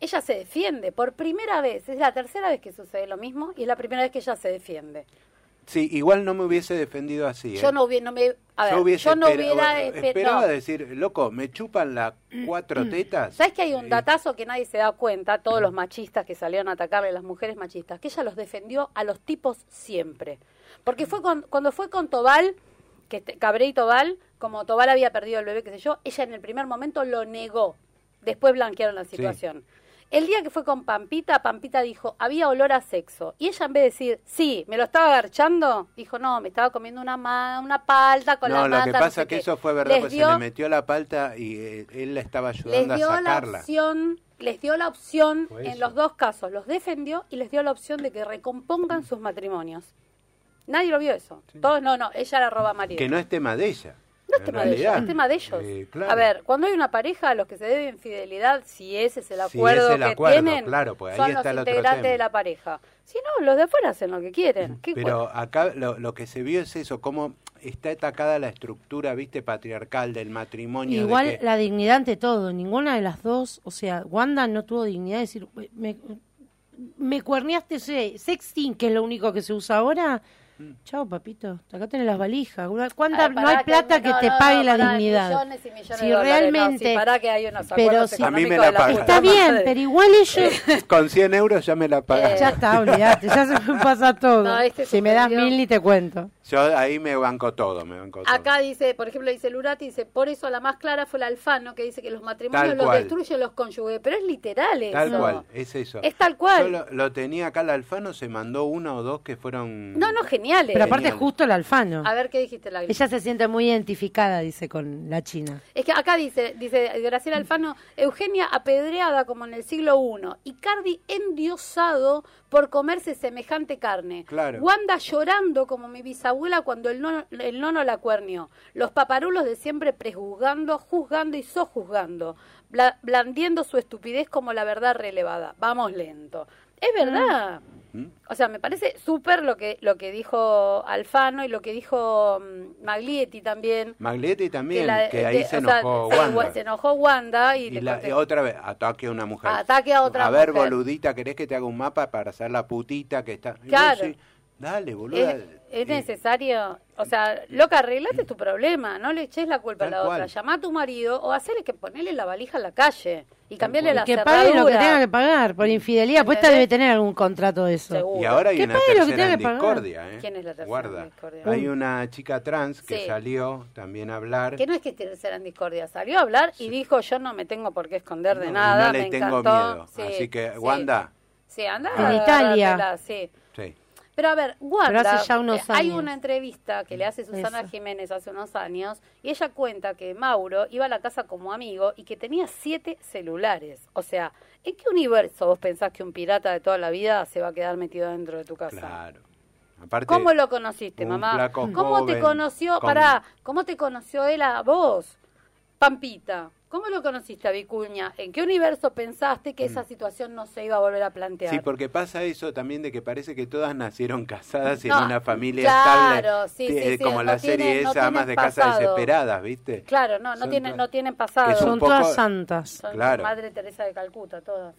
Speaker 3: Ella se defiende por primera vez, es la tercera vez que sucede lo mismo y es la primera vez que ella se defiende.
Speaker 1: Sí, igual no me hubiese defendido así.
Speaker 3: Yo
Speaker 1: ¿eh?
Speaker 3: no hubiera no me a ver,
Speaker 1: yo,
Speaker 3: yo,
Speaker 1: hubiese
Speaker 3: no
Speaker 1: espera-
Speaker 3: hubiera esper-
Speaker 1: esperaba
Speaker 3: no. Mm.
Speaker 1: decir, loco, me chupan las cuatro tetas.
Speaker 3: ¿Sabes que hay un
Speaker 1: Y-
Speaker 3: datazo que nadie se da cuenta? Todos los machistas que salieron a atacarle, las mujeres machistas, que ella los defendió a los tipos siempre. Porque fue con- cuando fue con Tobal, que este- Cabré y Tobal, como Tobal había perdido el bebé, qué sé yo, ella en el primer momento lo negó. Después blanquearon la situación. El día que fue con Pampita, Pampita dijo, había olor a sexo. Y ella en vez de decir, sí, me lo estaba agarchando, dijo, no, me estaba comiendo una, ma- una palta con la
Speaker 1: no, lo
Speaker 3: mata,
Speaker 1: que
Speaker 3: no
Speaker 1: pasa
Speaker 3: sé
Speaker 1: es que
Speaker 3: qué".
Speaker 1: eso fue verdad,
Speaker 3: Les
Speaker 1: pues se
Speaker 3: dio-
Speaker 1: le metió la palta y eh, él la estaba
Speaker 3: les
Speaker 1: ayudando a
Speaker 3: dio la
Speaker 1: sacarla.
Speaker 3: opción, les dio la opción
Speaker 6: Por
Speaker 3: en
Speaker 6: eso.
Speaker 3: los dos casos, los defendió y les dio la opción de que recompongan sus matrimonios. Nadie lo vio eso. Todos, no, no, ella la roba a marido.
Speaker 1: Que no es tema de ella.
Speaker 3: No es
Speaker 1: en
Speaker 3: tema de ellos,
Speaker 1: realidad.
Speaker 3: es tema de ellos.
Speaker 1: Eh, claro.
Speaker 3: A ver, cuando hay una pareja, a los que se deben fidelidad, si ese es el
Speaker 1: Si
Speaker 3: acuerdo
Speaker 1: es el
Speaker 3: que
Speaker 1: acuerdo,
Speaker 3: tienen,
Speaker 1: claro, pues ahí
Speaker 3: son
Speaker 1: está el
Speaker 3: los
Speaker 1: otro
Speaker 3: integrantes
Speaker 1: tema.
Speaker 3: de la pareja. Si no, los de afuera hacen lo que quieren. ¿Qué cu-
Speaker 1: Pero acá lo, lo que se vio es eso, cómo está atacada la estructura, viste, patriarcal del matrimonio. de
Speaker 4: Igual
Speaker 1: que-
Speaker 4: la dignidad ante todo, ninguna de las dos, o sea, Wanda no tuvo dignidad de decir, me, me cuerneaste ese sexting, que es lo único que se usa ahora.
Speaker 1: Mm.
Speaker 4: Chao, papito, acá tenés las valijas. Una- ¿Cuánta,
Speaker 3: Ah,
Speaker 4: no
Speaker 3: pará,
Speaker 4: hay plata que,
Speaker 3: no,
Speaker 4: te
Speaker 3: no,
Speaker 4: pague
Speaker 3: no,
Speaker 4: la
Speaker 3: pará,
Speaker 4: dignidad.
Speaker 3: millones y millones
Speaker 4: Si
Speaker 3: de dólares, no,
Speaker 4: realmente...
Speaker 3: sí, pará que hay unos
Speaker 4: pero
Speaker 3: acuerdos
Speaker 4: si-
Speaker 1: A mí me
Speaker 3: económicos
Speaker 1: la
Speaker 3: de puta
Speaker 1: pagan.
Speaker 4: Está bien,
Speaker 3: madre.
Speaker 4: pero igual
Speaker 1: Eh.
Speaker 4: ellos...
Speaker 1: Con 100 euros ya me la pagaste.
Speaker 3: Eh.
Speaker 4: Ya está, olvidate, ya se me pasa todo.
Speaker 3: No, este
Speaker 4: si me das
Speaker 3: suspendió.
Speaker 4: mil ni te cuento.
Speaker 3: Eh,
Speaker 1: Yo ahí me banco todo, me banco todo.
Speaker 3: Acá dice, por ejemplo, dice Lurati, dice, por eso la más clara fue la Alfano, que dice que los matrimonios
Speaker 1: Tal
Speaker 3: los
Speaker 1: cual.
Speaker 3: destruyen los cónyuges, pero es literal eso.
Speaker 1: Tal cual, es eso.
Speaker 3: Es tal cual.
Speaker 1: Yo lo, lo tenía acá, el Alfano se mandó uno o dos que fueron...
Speaker 3: No, no, geniales.
Speaker 4: Pero aparte
Speaker 1: Genial.
Speaker 4: justo el alfano.
Speaker 3: A ver qué dijiste, la
Speaker 4: Ella se siente muy identificada, dice, con la China.
Speaker 3: Es que acá dice, dice Graciela Alfano, Eugenia apedreada como en el siglo I y Cardi endiosado por comerse semejante carne.
Speaker 1: Claro.
Speaker 3: Wanda llorando como mi bisabuela cuando el nono, el nono la cuernió. Los paparulos de siempre prejuzgando, juzgando y sojuzgando, bla- blandiendo su estupidez como la verdad relevada. Vamos lento. Es verdad.
Speaker 1: Mm.
Speaker 3: O sea, me parece súper lo que, lo que dijo Alfano y lo que dijo mm, Maglietti también.
Speaker 1: Maglietti también,
Speaker 3: que
Speaker 1: que,
Speaker 3: la- que-
Speaker 1: ahí
Speaker 3: o
Speaker 1: se
Speaker 3: sea,
Speaker 1: enojó
Speaker 3: se-
Speaker 1: Wanda.
Speaker 3: se enojó Wanda y,
Speaker 1: Y,
Speaker 3: le
Speaker 1: la-
Speaker 3: conté-
Speaker 1: y otra vez, ataque a una mujer.
Speaker 3: Ataque a otra
Speaker 1: ver,
Speaker 3: mujer.
Speaker 1: boludita, ¿querés que te haga un mapa para hacer la putita que está? Y vos
Speaker 3: Claro.
Speaker 1: decís, Dale, boluda.
Speaker 3: es, es
Speaker 1: Y-
Speaker 3: necesario, o sea, loca, arreglate tu problema, no le eches la culpa
Speaker 1: Tal
Speaker 3: a la otra,
Speaker 1: cual.
Speaker 3: llama a tu marido o hacele que ponele la valija en la calle y cambiarle
Speaker 4: Y
Speaker 3: la
Speaker 4: que pague lo que tenga que
Speaker 3: cerradura.
Speaker 4: pagar por infidelidad. Pues esta debe
Speaker 3: ¿Entendés?
Speaker 4: tener algún contrato de eso.
Speaker 3: Seguro.
Speaker 1: Y ahora hay
Speaker 4: Que
Speaker 1: una
Speaker 4: pague lo que
Speaker 1: tercera
Speaker 4: tenga
Speaker 1: en
Speaker 4: que pagar.
Speaker 1: discordia, ¿eh?
Speaker 3: ¿Quién es la tercera
Speaker 1: Guarda.
Speaker 3: en discordia?
Speaker 1: Hay una chica trans que
Speaker 3: Sí.
Speaker 1: salió también a hablar.
Speaker 3: Que no es que tercera en discordia, salió a hablar y dijo, yo no me tengo por qué esconder de
Speaker 1: No, y
Speaker 3: nada,
Speaker 1: no le
Speaker 3: me
Speaker 1: tengo
Speaker 3: encantó".
Speaker 1: miedo.
Speaker 3: Sí,
Speaker 1: Así que,
Speaker 3: sí.
Speaker 1: Wanda.
Speaker 3: Sí, anda
Speaker 1: En
Speaker 4: Italia.
Speaker 3: Sí.
Speaker 1: Sí.
Speaker 3: Pero a ver, Wanda,
Speaker 4: Pero hace ya unos
Speaker 3: eh, hay
Speaker 4: años.
Speaker 3: una entrevista que le hace Susana
Speaker 4: Eso.
Speaker 3: Jiménez hace unos años y ella cuenta que Mauro iba a la casa como amigo y que tenía siete celulares. O sea, ¿en qué universo vos pensás que un pirata de toda la vida se va a quedar metido dentro de tu casa?
Speaker 1: Claro. Aparte,
Speaker 3: ¿Cómo lo conociste,
Speaker 1: un
Speaker 3: mamá?
Speaker 1: flaco
Speaker 3: ¿Cómo te
Speaker 1: joven
Speaker 3: conoció?
Speaker 1: con-
Speaker 3: Pará, ¿cómo te conoció él a vos? Pampita, ¿cómo lo conociste a Vicuña? ¿En qué universo pensaste que esa situación no se iba a volver a plantear?
Speaker 1: Mm. Sí, porque pasa eso también de que parece que todas nacieron casadas
Speaker 3: No,
Speaker 1: en una familia
Speaker 3: claro,
Speaker 1: estable.
Speaker 3: sí, sí,
Speaker 1: Eh,
Speaker 3: sí,
Speaker 1: como
Speaker 3: no
Speaker 1: la
Speaker 3: tienen-
Speaker 1: serie
Speaker 3: no
Speaker 1: esa, Amas
Speaker 3: tienen
Speaker 1: de Casa
Speaker 3: pasado.
Speaker 1: Desesperadas, ¿viste?
Speaker 3: Claro, no, no
Speaker 1: Son
Speaker 3: tienen,
Speaker 1: todas-
Speaker 3: no tienen pasado.
Speaker 1: que
Speaker 4: Son
Speaker 1: un poco-
Speaker 4: todas santas.
Speaker 3: Son
Speaker 1: Claro.
Speaker 3: Madre Teresa de Calcuta, todas.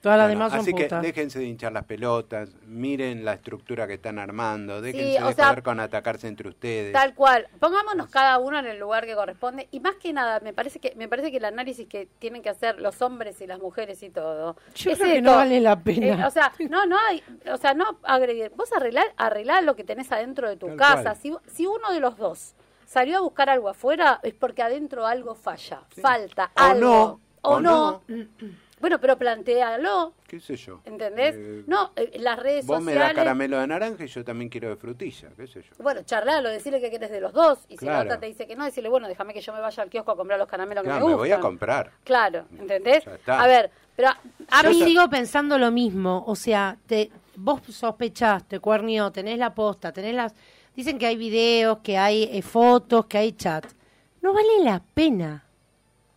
Speaker 4: Todas las
Speaker 1: Bueno,
Speaker 4: demás son
Speaker 1: así
Speaker 4: putas.
Speaker 1: que déjense de hinchar las pelotas, miren la estructura que están armando, déjense
Speaker 3: o
Speaker 1: de
Speaker 3: sea,
Speaker 1: joder con atacarse entre ustedes.
Speaker 3: Tal cual. Pongámonos cada uno en el lugar que corresponde y más que nada, me parece que me parece que el análisis que tienen que hacer los hombres y las mujeres y todo.
Speaker 4: Yo
Speaker 3: es
Speaker 4: creo que
Speaker 3: esto.
Speaker 4: no vale la pena.
Speaker 3: Eh, o sea, no, no hay, o sea, no agredir. Vos arreglá, arreglá lo que tenés adentro de tu
Speaker 1: Tal
Speaker 3: casa.
Speaker 1: cual.
Speaker 3: Si, si uno de los dos salió a buscar algo afuera es porque adentro algo falla, falta
Speaker 1: O
Speaker 3: algo
Speaker 1: no,
Speaker 3: o
Speaker 1: o
Speaker 3: no.
Speaker 1: no.
Speaker 3: Bueno, pero plantealo.
Speaker 1: ¿Qué sé yo?
Speaker 3: ¿Entendés?
Speaker 1: Eh,
Speaker 3: no, eh, las redes
Speaker 1: Vos me
Speaker 3: sociales.
Speaker 1: das caramelo de naranja y yo también quiero de frutilla, qué sé yo.
Speaker 3: Bueno, charlalo, decirle que querés de los dos. Y si la
Speaker 1: Claro.
Speaker 3: otra te dice que no, decirle, bueno, déjame que yo me vaya al kiosco a comprar los caramelos que
Speaker 1: No,
Speaker 3: me
Speaker 1: me
Speaker 3: gustan.
Speaker 1: voy a comprar.
Speaker 3: Claro, ¿entendés?
Speaker 1: Ya está.
Speaker 3: A ver, pero a- a
Speaker 4: Yo
Speaker 3: mí
Speaker 4: sigo pensando lo mismo, o sea, te, vos sospechaste, cuernió, tenés la posta, tenés las... Dicen que hay videos, que hay eh, fotos, que hay chat. No vale la pena.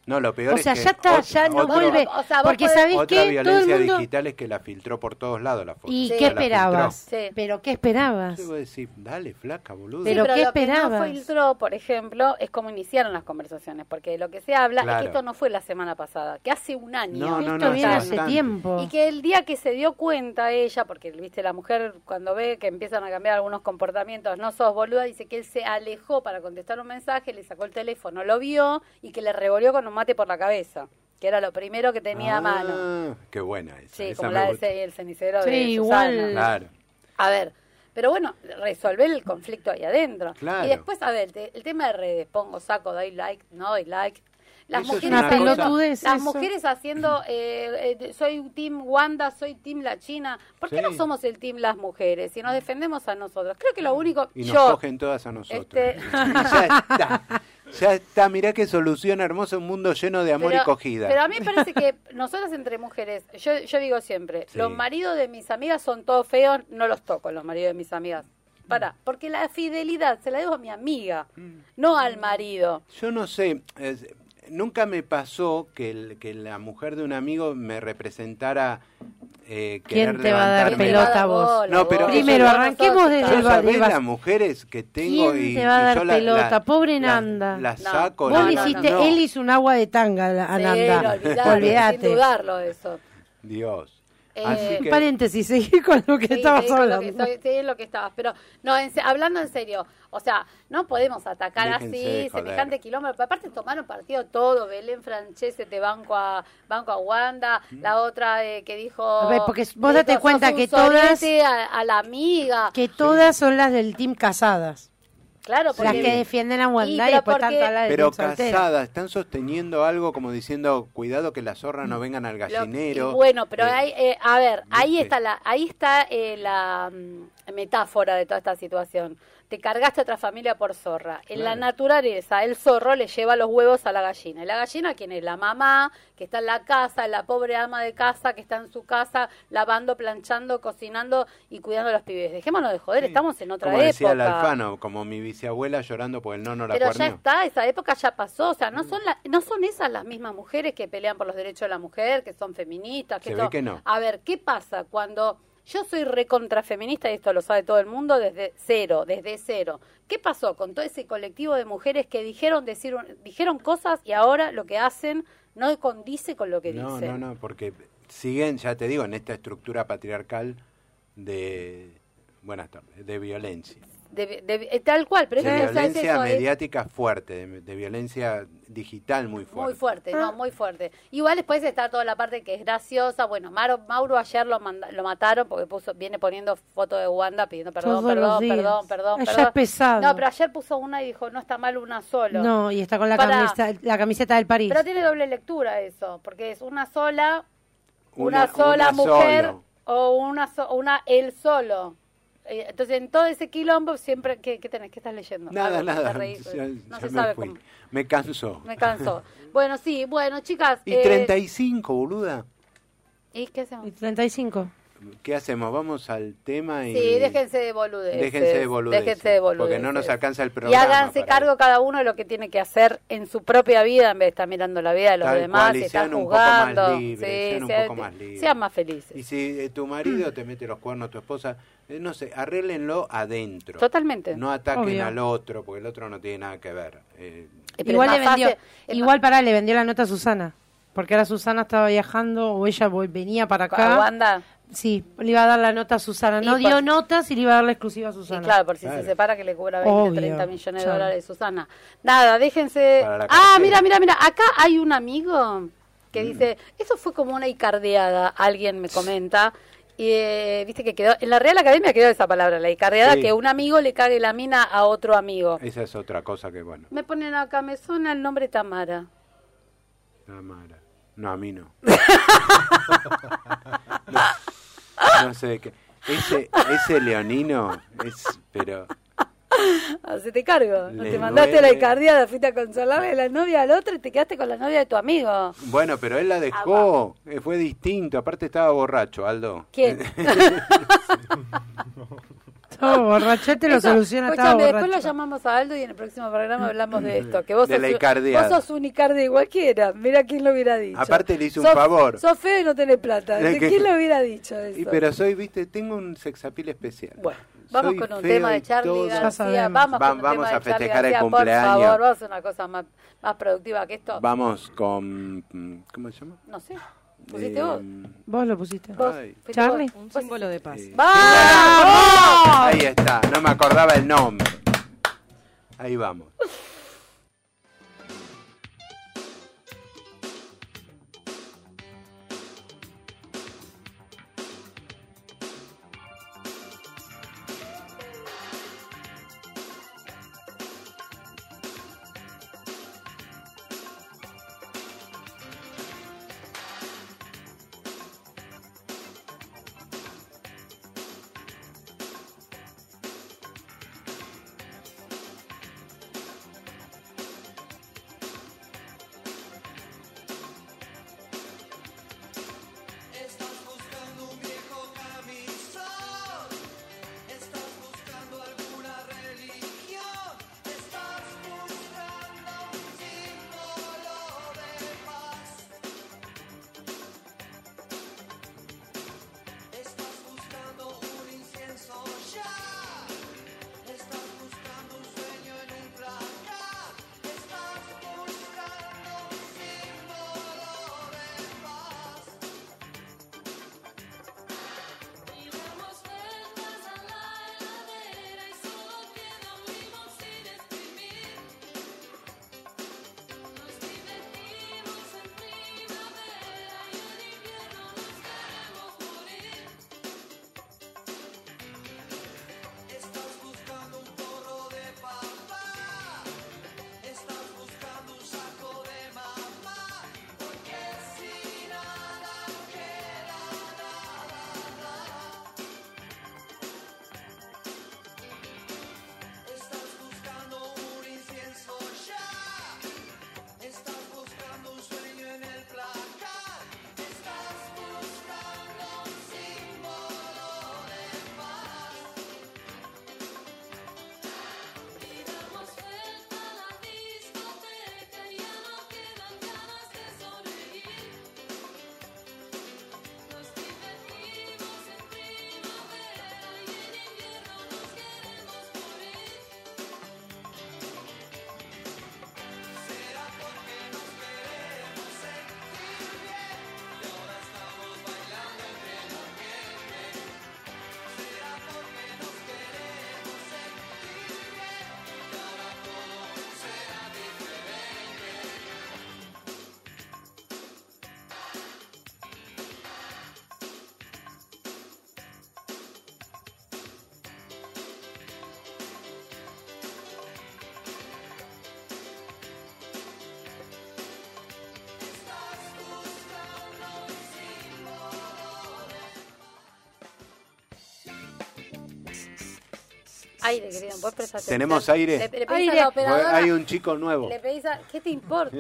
Speaker 1: No, lo peor
Speaker 4: O
Speaker 1: es
Speaker 4: sea,
Speaker 1: que
Speaker 4: ya está,
Speaker 1: ot-
Speaker 4: ya no
Speaker 1: otro-
Speaker 4: vuelve.
Speaker 3: O sea, vos
Speaker 4: porque
Speaker 3: podés-
Speaker 4: sabés
Speaker 1: Otra
Speaker 4: que todo el
Speaker 1: violencia
Speaker 4: mundo...
Speaker 1: digital es que la filtró por todos lados la foto.
Speaker 4: ¿Y
Speaker 3: Sí.
Speaker 4: qué
Speaker 3: La
Speaker 4: esperabas?
Speaker 3: filtró. Sí.
Speaker 4: ¿Pero qué esperabas?
Speaker 1: Sí, vos decís, dale, flaca, boludo.
Speaker 4: Pero
Speaker 3: pero
Speaker 4: ¿qué
Speaker 3: lo que no
Speaker 4: esperabas?
Speaker 3: filtró, por ejemplo, es cómo iniciaron las conversaciones, porque de lo que se habla es que
Speaker 1: Claro.
Speaker 3: esto no fue la semana pasada, que hace un año.
Speaker 1: No, no,
Speaker 4: Esto
Speaker 1: no,
Speaker 4: viene
Speaker 1: es
Speaker 4: hace
Speaker 1: bastante.
Speaker 4: tiempo.
Speaker 3: Y que el día que se dio cuenta ella, porque viste la mujer cuando ve que empiezan a cambiar algunos comportamientos, no sos boluda, dice que él se alejó para contestar un mensaje, le sacó el teléfono, lo vio y que le revolvió con un mate por la cabeza, que era lo primero que tenía a mano.
Speaker 1: Ah, Qué buena esa.
Speaker 3: Sí,
Speaker 1: esa
Speaker 3: como
Speaker 1: me
Speaker 3: la de
Speaker 1: gusta.
Speaker 3: ese- el cenicero de
Speaker 4: Sí,
Speaker 3: Susana.
Speaker 4: igual.
Speaker 1: Claro.
Speaker 3: A ver, pero bueno, resolver el conflicto ahí adentro.
Speaker 1: Claro.
Speaker 3: Y después, a ver, te- el tema de redes, pongo, saco, doy like, no doy like. Las
Speaker 1: Eso es
Speaker 3: mujeres,
Speaker 1: una
Speaker 3: haciendo-
Speaker 4: pelotudez,
Speaker 3: las
Speaker 4: eso.
Speaker 3: mujeres haciendo, eh, eh, de- soy Team Wanda, soy Team La China. ¿Por qué
Speaker 1: Sí.
Speaker 3: no somos el Team las mujeres y nos defendemos a nosotros? Creo que lo único...
Speaker 1: Y nos
Speaker 3: yo,
Speaker 1: cogen todas a nosotros.
Speaker 3: Este-
Speaker 1: Y ya está. Ya está. Mirá qué solución hermosa. Un mundo lleno de amor
Speaker 3: pero,
Speaker 1: y cogida.
Speaker 3: pero a mí me parece que nosotras entre mujeres, yo, yo digo siempre,
Speaker 1: Sí.
Speaker 3: los maridos de mis amigas son todos feos, no los toco los maridos de mis amigas.
Speaker 4: Mm.
Speaker 3: Para, porque la fidelidad se la debo a mi amiga, no al marido.
Speaker 1: Yo no sé. es- nunca me pasó que, el- que la mujer de un amigo me representara. eh,
Speaker 4: ¿Quién
Speaker 1: querer
Speaker 4: te va a dar
Speaker 1: levantarme.
Speaker 4: pelota
Speaker 3: Pelota
Speaker 4: a vos?
Speaker 3: bola,
Speaker 1: No, pero
Speaker 3: bola.
Speaker 4: Primero,
Speaker 3: Vos
Speaker 4: arranquemos
Speaker 3: sos-
Speaker 4: desde
Speaker 1: Yo
Speaker 4: el bar-
Speaker 1: sabés
Speaker 4: vas-
Speaker 1: las mujeres que tengo
Speaker 4: ¿Quién
Speaker 1: y,
Speaker 4: te va a
Speaker 1: y
Speaker 4: dar
Speaker 1: yo la-
Speaker 4: pelota?
Speaker 1: la-
Speaker 4: Pobre
Speaker 1: la-
Speaker 4: Nanda.
Speaker 1: La,
Speaker 3: No.
Speaker 1: saco.
Speaker 4: Vos
Speaker 3: no,
Speaker 4: le
Speaker 3: no,
Speaker 4: hiciste,
Speaker 3: no.
Speaker 4: él hizo un agua de tanga a la- a
Speaker 3: Sí,
Speaker 4: Nanda.
Speaker 3: olvidate, Sin
Speaker 4: Olvídate.
Speaker 3: dudarlo eso.
Speaker 1: Dios.
Speaker 3: Eh,
Speaker 1: Así que-
Speaker 4: Paréntesis, seguí con lo que
Speaker 3: Sí,
Speaker 4: estabas
Speaker 3: sí, con lo
Speaker 4: hablando.
Speaker 3: que estoy- sí, es lo que estabas. Pero, no, en se- hablando en serio, o sea, no podemos atacar
Speaker 1: Déjense
Speaker 3: así,
Speaker 1: de joder.
Speaker 3: semejante kilómetro. Pero Aparte tomaron partido todo, Belén Francese te banco a, banco a Wanda,
Speaker 1: Mm.
Speaker 3: la otra eh, que dijo...
Speaker 4: A ver, porque vos
Speaker 3: que
Speaker 4: date
Speaker 3: dijo,
Speaker 4: cuenta
Speaker 3: "Sos un
Speaker 4: que todas-
Speaker 3: sorete A, a la amiga,
Speaker 4: Que todas son las del team casadas.
Speaker 3: claro, porque...
Speaker 4: Las que defienden a
Speaker 3: Y,
Speaker 4: Wanda y,
Speaker 3: pero
Speaker 4: después
Speaker 3: porque-
Speaker 4: tanto a la del
Speaker 1: Pero
Speaker 4: team soltera.
Speaker 1: casada, están sosteniendo algo como diciendo, cuidado que las zorras no vengan al
Speaker 3: Lo-
Speaker 1: gallinero.
Speaker 3: y bueno, pero
Speaker 1: Eh,
Speaker 3: ahí, eh, a ver, ahí
Speaker 1: ¿viste?
Speaker 3: está la, ahí está eh, la mm, metáfora de toda esta situación. te cargaste a otra familia por zorra. En la naturaleza, el zorro le lleva los huevos a la gallina. ¿Y la gallina quién es? La mamá, que está en la casa, la pobre ama de casa, que está en su casa lavando, planchando, cocinando y cuidando a los pibes. Dejémonos de joder, estamos en otra
Speaker 1: Como
Speaker 3: época.
Speaker 1: decía el Alfano, como mi bisabuela llorando por el nono la
Speaker 3: Pero ya
Speaker 1: cuernió.
Speaker 3: está, esa época ya pasó, o sea,
Speaker 1: Mm.
Speaker 3: no son la- no son esas las mismas mujeres que pelean por los derechos de la mujer, que son feministas, que
Speaker 1: Se
Speaker 3: todo.
Speaker 1: ve que no.
Speaker 3: A ver, ¿qué pasa cuando yo soy recontrafeminista y esto lo sabe todo el mundo desde cero, desde cero? ¿Qué pasó con todo ese colectivo de mujeres que dijeron decir un- dijeron cosas y ahora lo que hacen no condice con lo que
Speaker 1: No,
Speaker 3: dicen?
Speaker 1: no, no, porque siguen, ya te digo, en esta estructura patriarcal de. Buenas tardes, de violencia.
Speaker 3: De- de- eh, tal cual, pero
Speaker 1: de
Speaker 3: es, que, o sea, es
Speaker 1: violencia
Speaker 3: eso, es-
Speaker 1: mediática fuerte, de, de violencia digital muy fuerte.
Speaker 3: Muy fuerte,
Speaker 4: Ah.
Speaker 3: no, muy fuerte. Igual después está toda la parte que es graciosa. Bueno, Maro- Mauro ayer lo, manda- lo mataron porque puso, viene poniendo foto de Wanda pidiendo perdón,
Speaker 4: Todos los
Speaker 3: perdón,
Speaker 4: días.
Speaker 3: perdón, perdón,
Speaker 4: Ella
Speaker 3: perdón.
Speaker 4: es pesado.
Speaker 3: No, pero ayer puso una y dijo, no está mal una sola.
Speaker 4: No, y está con la,
Speaker 3: Pará.
Speaker 4: camiseta, la camiseta del París.
Speaker 3: Pero tiene doble lectura eso, porque es una sola, una,
Speaker 1: Una-
Speaker 3: sola
Speaker 1: una
Speaker 3: mujer
Speaker 1: solo.
Speaker 3: o una, so- una él solo. Eh, Entonces, en todo ese quilombo, siempre, ¿qué, qué tenés? ¿Qué estás leyendo?
Speaker 1: Nada,
Speaker 3: Algo que
Speaker 1: nada.
Speaker 3: te reí-
Speaker 1: ya-
Speaker 3: no
Speaker 1: ya
Speaker 3: se
Speaker 1: me
Speaker 3: sabe
Speaker 1: fui.
Speaker 3: cómo.
Speaker 1: Me canso.
Speaker 3: Me cansó. Bueno, sí, bueno, chicas.
Speaker 1: Y
Speaker 3: eh,
Speaker 1: 35, boluda.
Speaker 3: ¿Y qué hacemos?
Speaker 4: Y 35.
Speaker 1: ¿Qué hacemos? Vamos al tema y.
Speaker 3: Sí, déjense de boludeces.
Speaker 1: Déjense de boludeces,
Speaker 3: Déjense de
Speaker 1: porque
Speaker 3: boludeces.
Speaker 1: no nos alcanza el
Speaker 3: Y
Speaker 1: programa
Speaker 3: háganse
Speaker 1: para
Speaker 3: cargo
Speaker 1: eso.
Speaker 3: cada uno de lo que tiene que hacer en su propia vida en vez de estar mirando la vida de los
Speaker 1: Tal
Speaker 3: demás
Speaker 1: cual, y
Speaker 3: y estar
Speaker 1: sean un poco más
Speaker 3: juzgando.
Speaker 1: libres,
Speaker 3: Sí,
Speaker 1: sean un
Speaker 3: sean-
Speaker 1: poco más libres.
Speaker 3: sean más
Speaker 1: Y
Speaker 3: felices.
Speaker 1: si eh, tu marido te mete los cuernos, tu esposa, eh, no sé, arréglenlo adentro.
Speaker 3: Totalmente.
Speaker 1: No ataquen
Speaker 4: Obvio.
Speaker 1: al otro, porque el otro no tiene nada que ver. Eh,
Speaker 3: Eh, pero
Speaker 4: Igual
Speaker 3: es
Speaker 4: le
Speaker 3: más
Speaker 4: vendió,
Speaker 3: fácil- es más-
Speaker 4: igual para le vendió la nota a Susana. Porque ahora Susana estaba viajando o ella vol- venía para acá.
Speaker 3: a Wanda.
Speaker 4: Sí, le iba a dar la nota a Susana.
Speaker 3: Y
Speaker 4: No
Speaker 3: por-
Speaker 4: dio notas y le iba a dar la exclusiva a
Speaker 3: Sí,
Speaker 4: Susana.
Speaker 3: claro, por si
Speaker 1: Claro.
Speaker 3: se separa que le cubra 20,
Speaker 4: Obvio,
Speaker 3: 30 millones de
Speaker 4: claro.
Speaker 3: dólares Susana. Nada, déjense.
Speaker 1: Para la
Speaker 3: Ah,
Speaker 1: cartera.
Speaker 3: mira, mira, mira. Acá hay un amigo que dice, eso fue como una icardeada, alguien me comenta. Y, eh, viste que quedó, en la Real Academia quedó esa palabra, la icardeada,
Speaker 1: Sí.
Speaker 3: que un amigo le cague la mina a otro amigo.
Speaker 1: esa es otra cosa que, bueno,
Speaker 3: Me ponen acá, me suena el nombre Tamara.
Speaker 1: nada mala. No, a mí no. no, no sé de qué. Ese, ese leonino es, pero
Speaker 3: Así te cargo.
Speaker 1: Le
Speaker 3: te mandaste
Speaker 1: duele.
Speaker 3: la icardeada, fuiste a consolarle a la novia al otro y te quedaste con la novia de tu amigo.
Speaker 1: bueno, pero él la dejó, eh, fue distinto, aparte estaba borracho, Aldo.
Speaker 3: ¿Quién?
Speaker 4: Todo borrachete Este lo
Speaker 3: Eso,
Speaker 4: soluciona, estaba
Speaker 3: escuchame, después lo
Speaker 4: borracho.
Speaker 3: llamamos a Aldo y en el próximo programa hablamos de esto. Que vos,
Speaker 1: Mm. De
Speaker 3: sos,
Speaker 1: la
Speaker 3: un-
Speaker 1: icardeada.
Speaker 3: vos sos un icardia cualquiera. Mira quién lo hubiera dicho.
Speaker 1: Aparte le hice un
Speaker 3: Sos-
Speaker 1: favor.
Speaker 3: Sos feo y no tenés plata.
Speaker 1: Es
Speaker 3: ¿De
Speaker 1: que-
Speaker 3: quién lo hubiera dicho eso?
Speaker 1: Y, pero soy, viste, tengo un sexapil especial.
Speaker 3: Bueno, vamos
Speaker 1: Soy
Speaker 3: con un
Speaker 1: feo
Speaker 3: tema
Speaker 1: y
Speaker 3: de Charlie
Speaker 1: todo.
Speaker 4: Ya
Speaker 3: García.
Speaker 4: sabemos.
Speaker 3: Vamos,
Speaker 1: Va-
Speaker 3: con un
Speaker 1: vamos
Speaker 3: tema de
Speaker 1: a
Speaker 3: Charly
Speaker 1: festejar el
Speaker 3: García,
Speaker 1: cumpleaños.
Speaker 3: Por favor, vamos a hacer una cosa más, más productiva que esto.
Speaker 1: Vamos con. mm, ¿Cómo se llama?
Speaker 3: No sé. ¿Pusiste
Speaker 1: Eh,
Speaker 3: vos?
Speaker 4: Vos lo pusiste.
Speaker 3: ¿Vos?
Speaker 1: ay.
Speaker 3: ¿Fuiste
Speaker 4: Charlie.
Speaker 3: vos?
Speaker 5: Un símbolo de paz.
Speaker 3: ¡Vamos!
Speaker 1: Ahí está, no me acordaba el nombre. Ahí vamos.
Speaker 3: Aire, querido, ¿puedes prestar atención?
Speaker 1: Tenemos aire.
Speaker 3: Le, le pedís
Speaker 2: Aire.
Speaker 3: a la operadora,
Speaker 1: Hay un chico nuevo.
Speaker 3: le pedís a... ¿Qué te importa?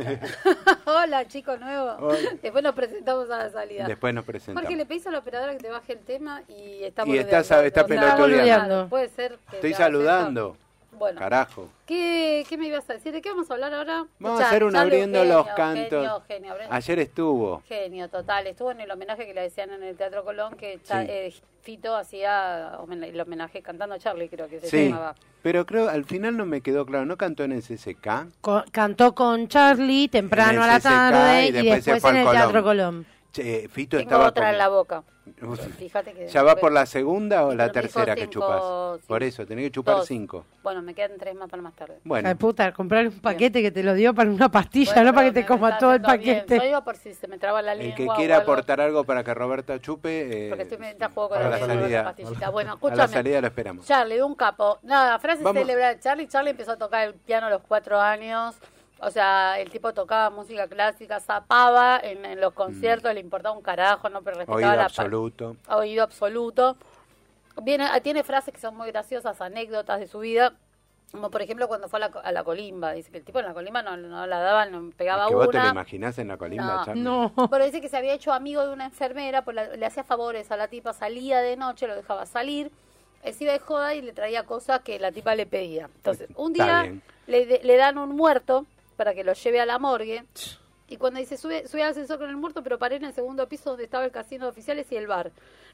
Speaker 3: Hola, chico nuevo.
Speaker 1: Hola.
Speaker 3: Después nos presentamos a la salida.
Speaker 1: Después nos presentamos.
Speaker 3: Porque le pedís a la operadora que te baje el tema y estamos
Speaker 1: Y está- está
Speaker 4: pelotudeando.
Speaker 3: Puede ser que
Speaker 1: Estoy
Speaker 3: te hagas
Speaker 1: saludando.
Speaker 3: esto. Bueno,
Speaker 1: Carajo.
Speaker 3: ¿qué, ¿qué me ibas a decir? ¿De qué vamos a hablar ahora?
Speaker 1: Vamos
Speaker 3: Ya-
Speaker 1: a hacer un
Speaker 3: ya hablo
Speaker 1: abriendo
Speaker 3: Eugenio,
Speaker 1: los cantos.
Speaker 3: Eugenio, Eugenio, abriendo-
Speaker 1: Ayer estuvo.
Speaker 3: Genio, total. Estuvo en el homenaje que le decían en el Teatro Colón, que cha-
Speaker 1: Sí.
Speaker 3: eh, Fito hacía homen- el homenaje cantando a Charlie, creo que se
Speaker 1: Sí.
Speaker 3: llamaba.
Speaker 1: Pero creo, al final no me quedó claro. ¿No cantó en SSK?
Speaker 4: Co- cantó con Charlie
Speaker 1: En
Speaker 4: temprano a la
Speaker 1: SSK y
Speaker 4: tarde y
Speaker 1: después se
Speaker 4: después,
Speaker 1: fue
Speaker 4: en
Speaker 1: al
Speaker 4: el
Speaker 1: Colón.
Speaker 4: Teatro Colón.
Speaker 1: Che, Fito
Speaker 3: Tengo
Speaker 1: estaba.
Speaker 3: otra
Speaker 1: con-
Speaker 3: en la boca.
Speaker 1: Uf.
Speaker 3: Fíjate que...
Speaker 1: ¿Ya va por la segunda o la
Speaker 3: Pero me dijo
Speaker 1: tercera que
Speaker 3: cinco,
Speaker 1: chupas?
Speaker 3: sí.
Speaker 1: Por eso, tenés que chupar
Speaker 3: Dos.
Speaker 1: cinco.
Speaker 3: Bueno, me quedan tres más para más tarde.
Speaker 4: Hija de
Speaker 1: Bueno,
Speaker 4: puta, comprar un paquete que te lo dio para una pastilla,
Speaker 3: Bueno,
Speaker 4: no para que
Speaker 3: pero
Speaker 4: te
Speaker 3: me
Speaker 4: comas
Speaker 3: está
Speaker 4: todo el
Speaker 3: haciendo bien.
Speaker 4: paquete.
Speaker 3: Yo digo por si se me traba la lengua.
Speaker 1: el que
Speaker 3: o
Speaker 1: quiera
Speaker 3: algo,
Speaker 1: aportar algo para que Roberta chupe. eh,
Speaker 3: Porque estoy mientras juego con
Speaker 6: a
Speaker 3: la,
Speaker 6: la
Speaker 3: lengua,
Speaker 6: salida.
Speaker 3: con la pastillita. Bueno,
Speaker 1: a la
Speaker 3: escúchame.
Speaker 1: salida lo esperamos.
Speaker 3: Charlie, un capo. Nada, frase
Speaker 1: Vamos.
Speaker 3: célebre de Charlie. Charlie empezó a tocar el piano a los cuatro años. O sea, el tipo tocaba música clásica, zapaba en, en los conciertos, le importaba un carajo, no pero respetaba
Speaker 1: Mm. Oído
Speaker 3: la pa-
Speaker 1: absoluto.
Speaker 3: Oído absoluto. Viene, ah, tiene frases que son muy graciosas, anécdotas de su vida. Como por ejemplo cuando fue a la, co- a la colimba. Dice que el tipo en la colimba no, no la daban, no pegaba
Speaker 1: Es que
Speaker 3: una.
Speaker 1: vos te lo imaginás en la colina,
Speaker 3: No.
Speaker 1: Charlie.
Speaker 4: No.
Speaker 3: Pero dice que se había hecho amigo de una enfermera, pues la- le hacía favores a la tipa, salía de noche, lo dejaba salir, él se iba de joda y le traía cosas que la tipa le pedía. Entonces, un
Speaker 1: Está
Speaker 3: día
Speaker 1: bien.
Speaker 3: le, de- le dan un muerto para que lo lleve a la morgue. Y cuando dice, sube, sube al ascensor con el muerto, pero paré en el segundo piso donde estaba el casino de oficiales y el bar.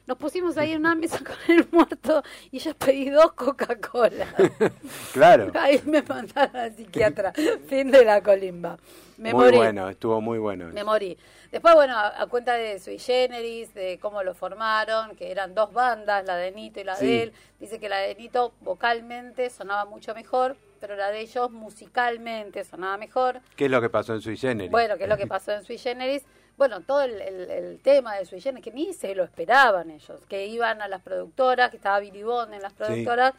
Speaker 3: Nos pusimos ahí en una mesa con el muerto y yo pedí dos Coca-Cola.
Speaker 1: Claro.
Speaker 3: Ahí me mandaron al psiquiatra. Fin de la colimba. Me
Speaker 1: muy
Speaker 3: morí.
Speaker 1: bueno, estuvo muy bueno.
Speaker 3: Me morí. Después, bueno, a, a cuenta de Sui Generis, de cómo lo formaron, que eran dos bandas, la de Nito y la
Speaker 1: Sí.
Speaker 3: de él. Dice que la de Nito vocalmente sonaba mucho mejor, pero la de ellos musicalmente sonaba mejor.
Speaker 1: ¿Qué es lo que pasó en Sui Generis?
Speaker 3: Bueno, que es lo que pasó en Sui Generis. Bueno, todo el, el- el tema de Sui Generis, que ni se lo esperaban ellos, que iban a las productoras, que estaba Billy Bond en las productoras,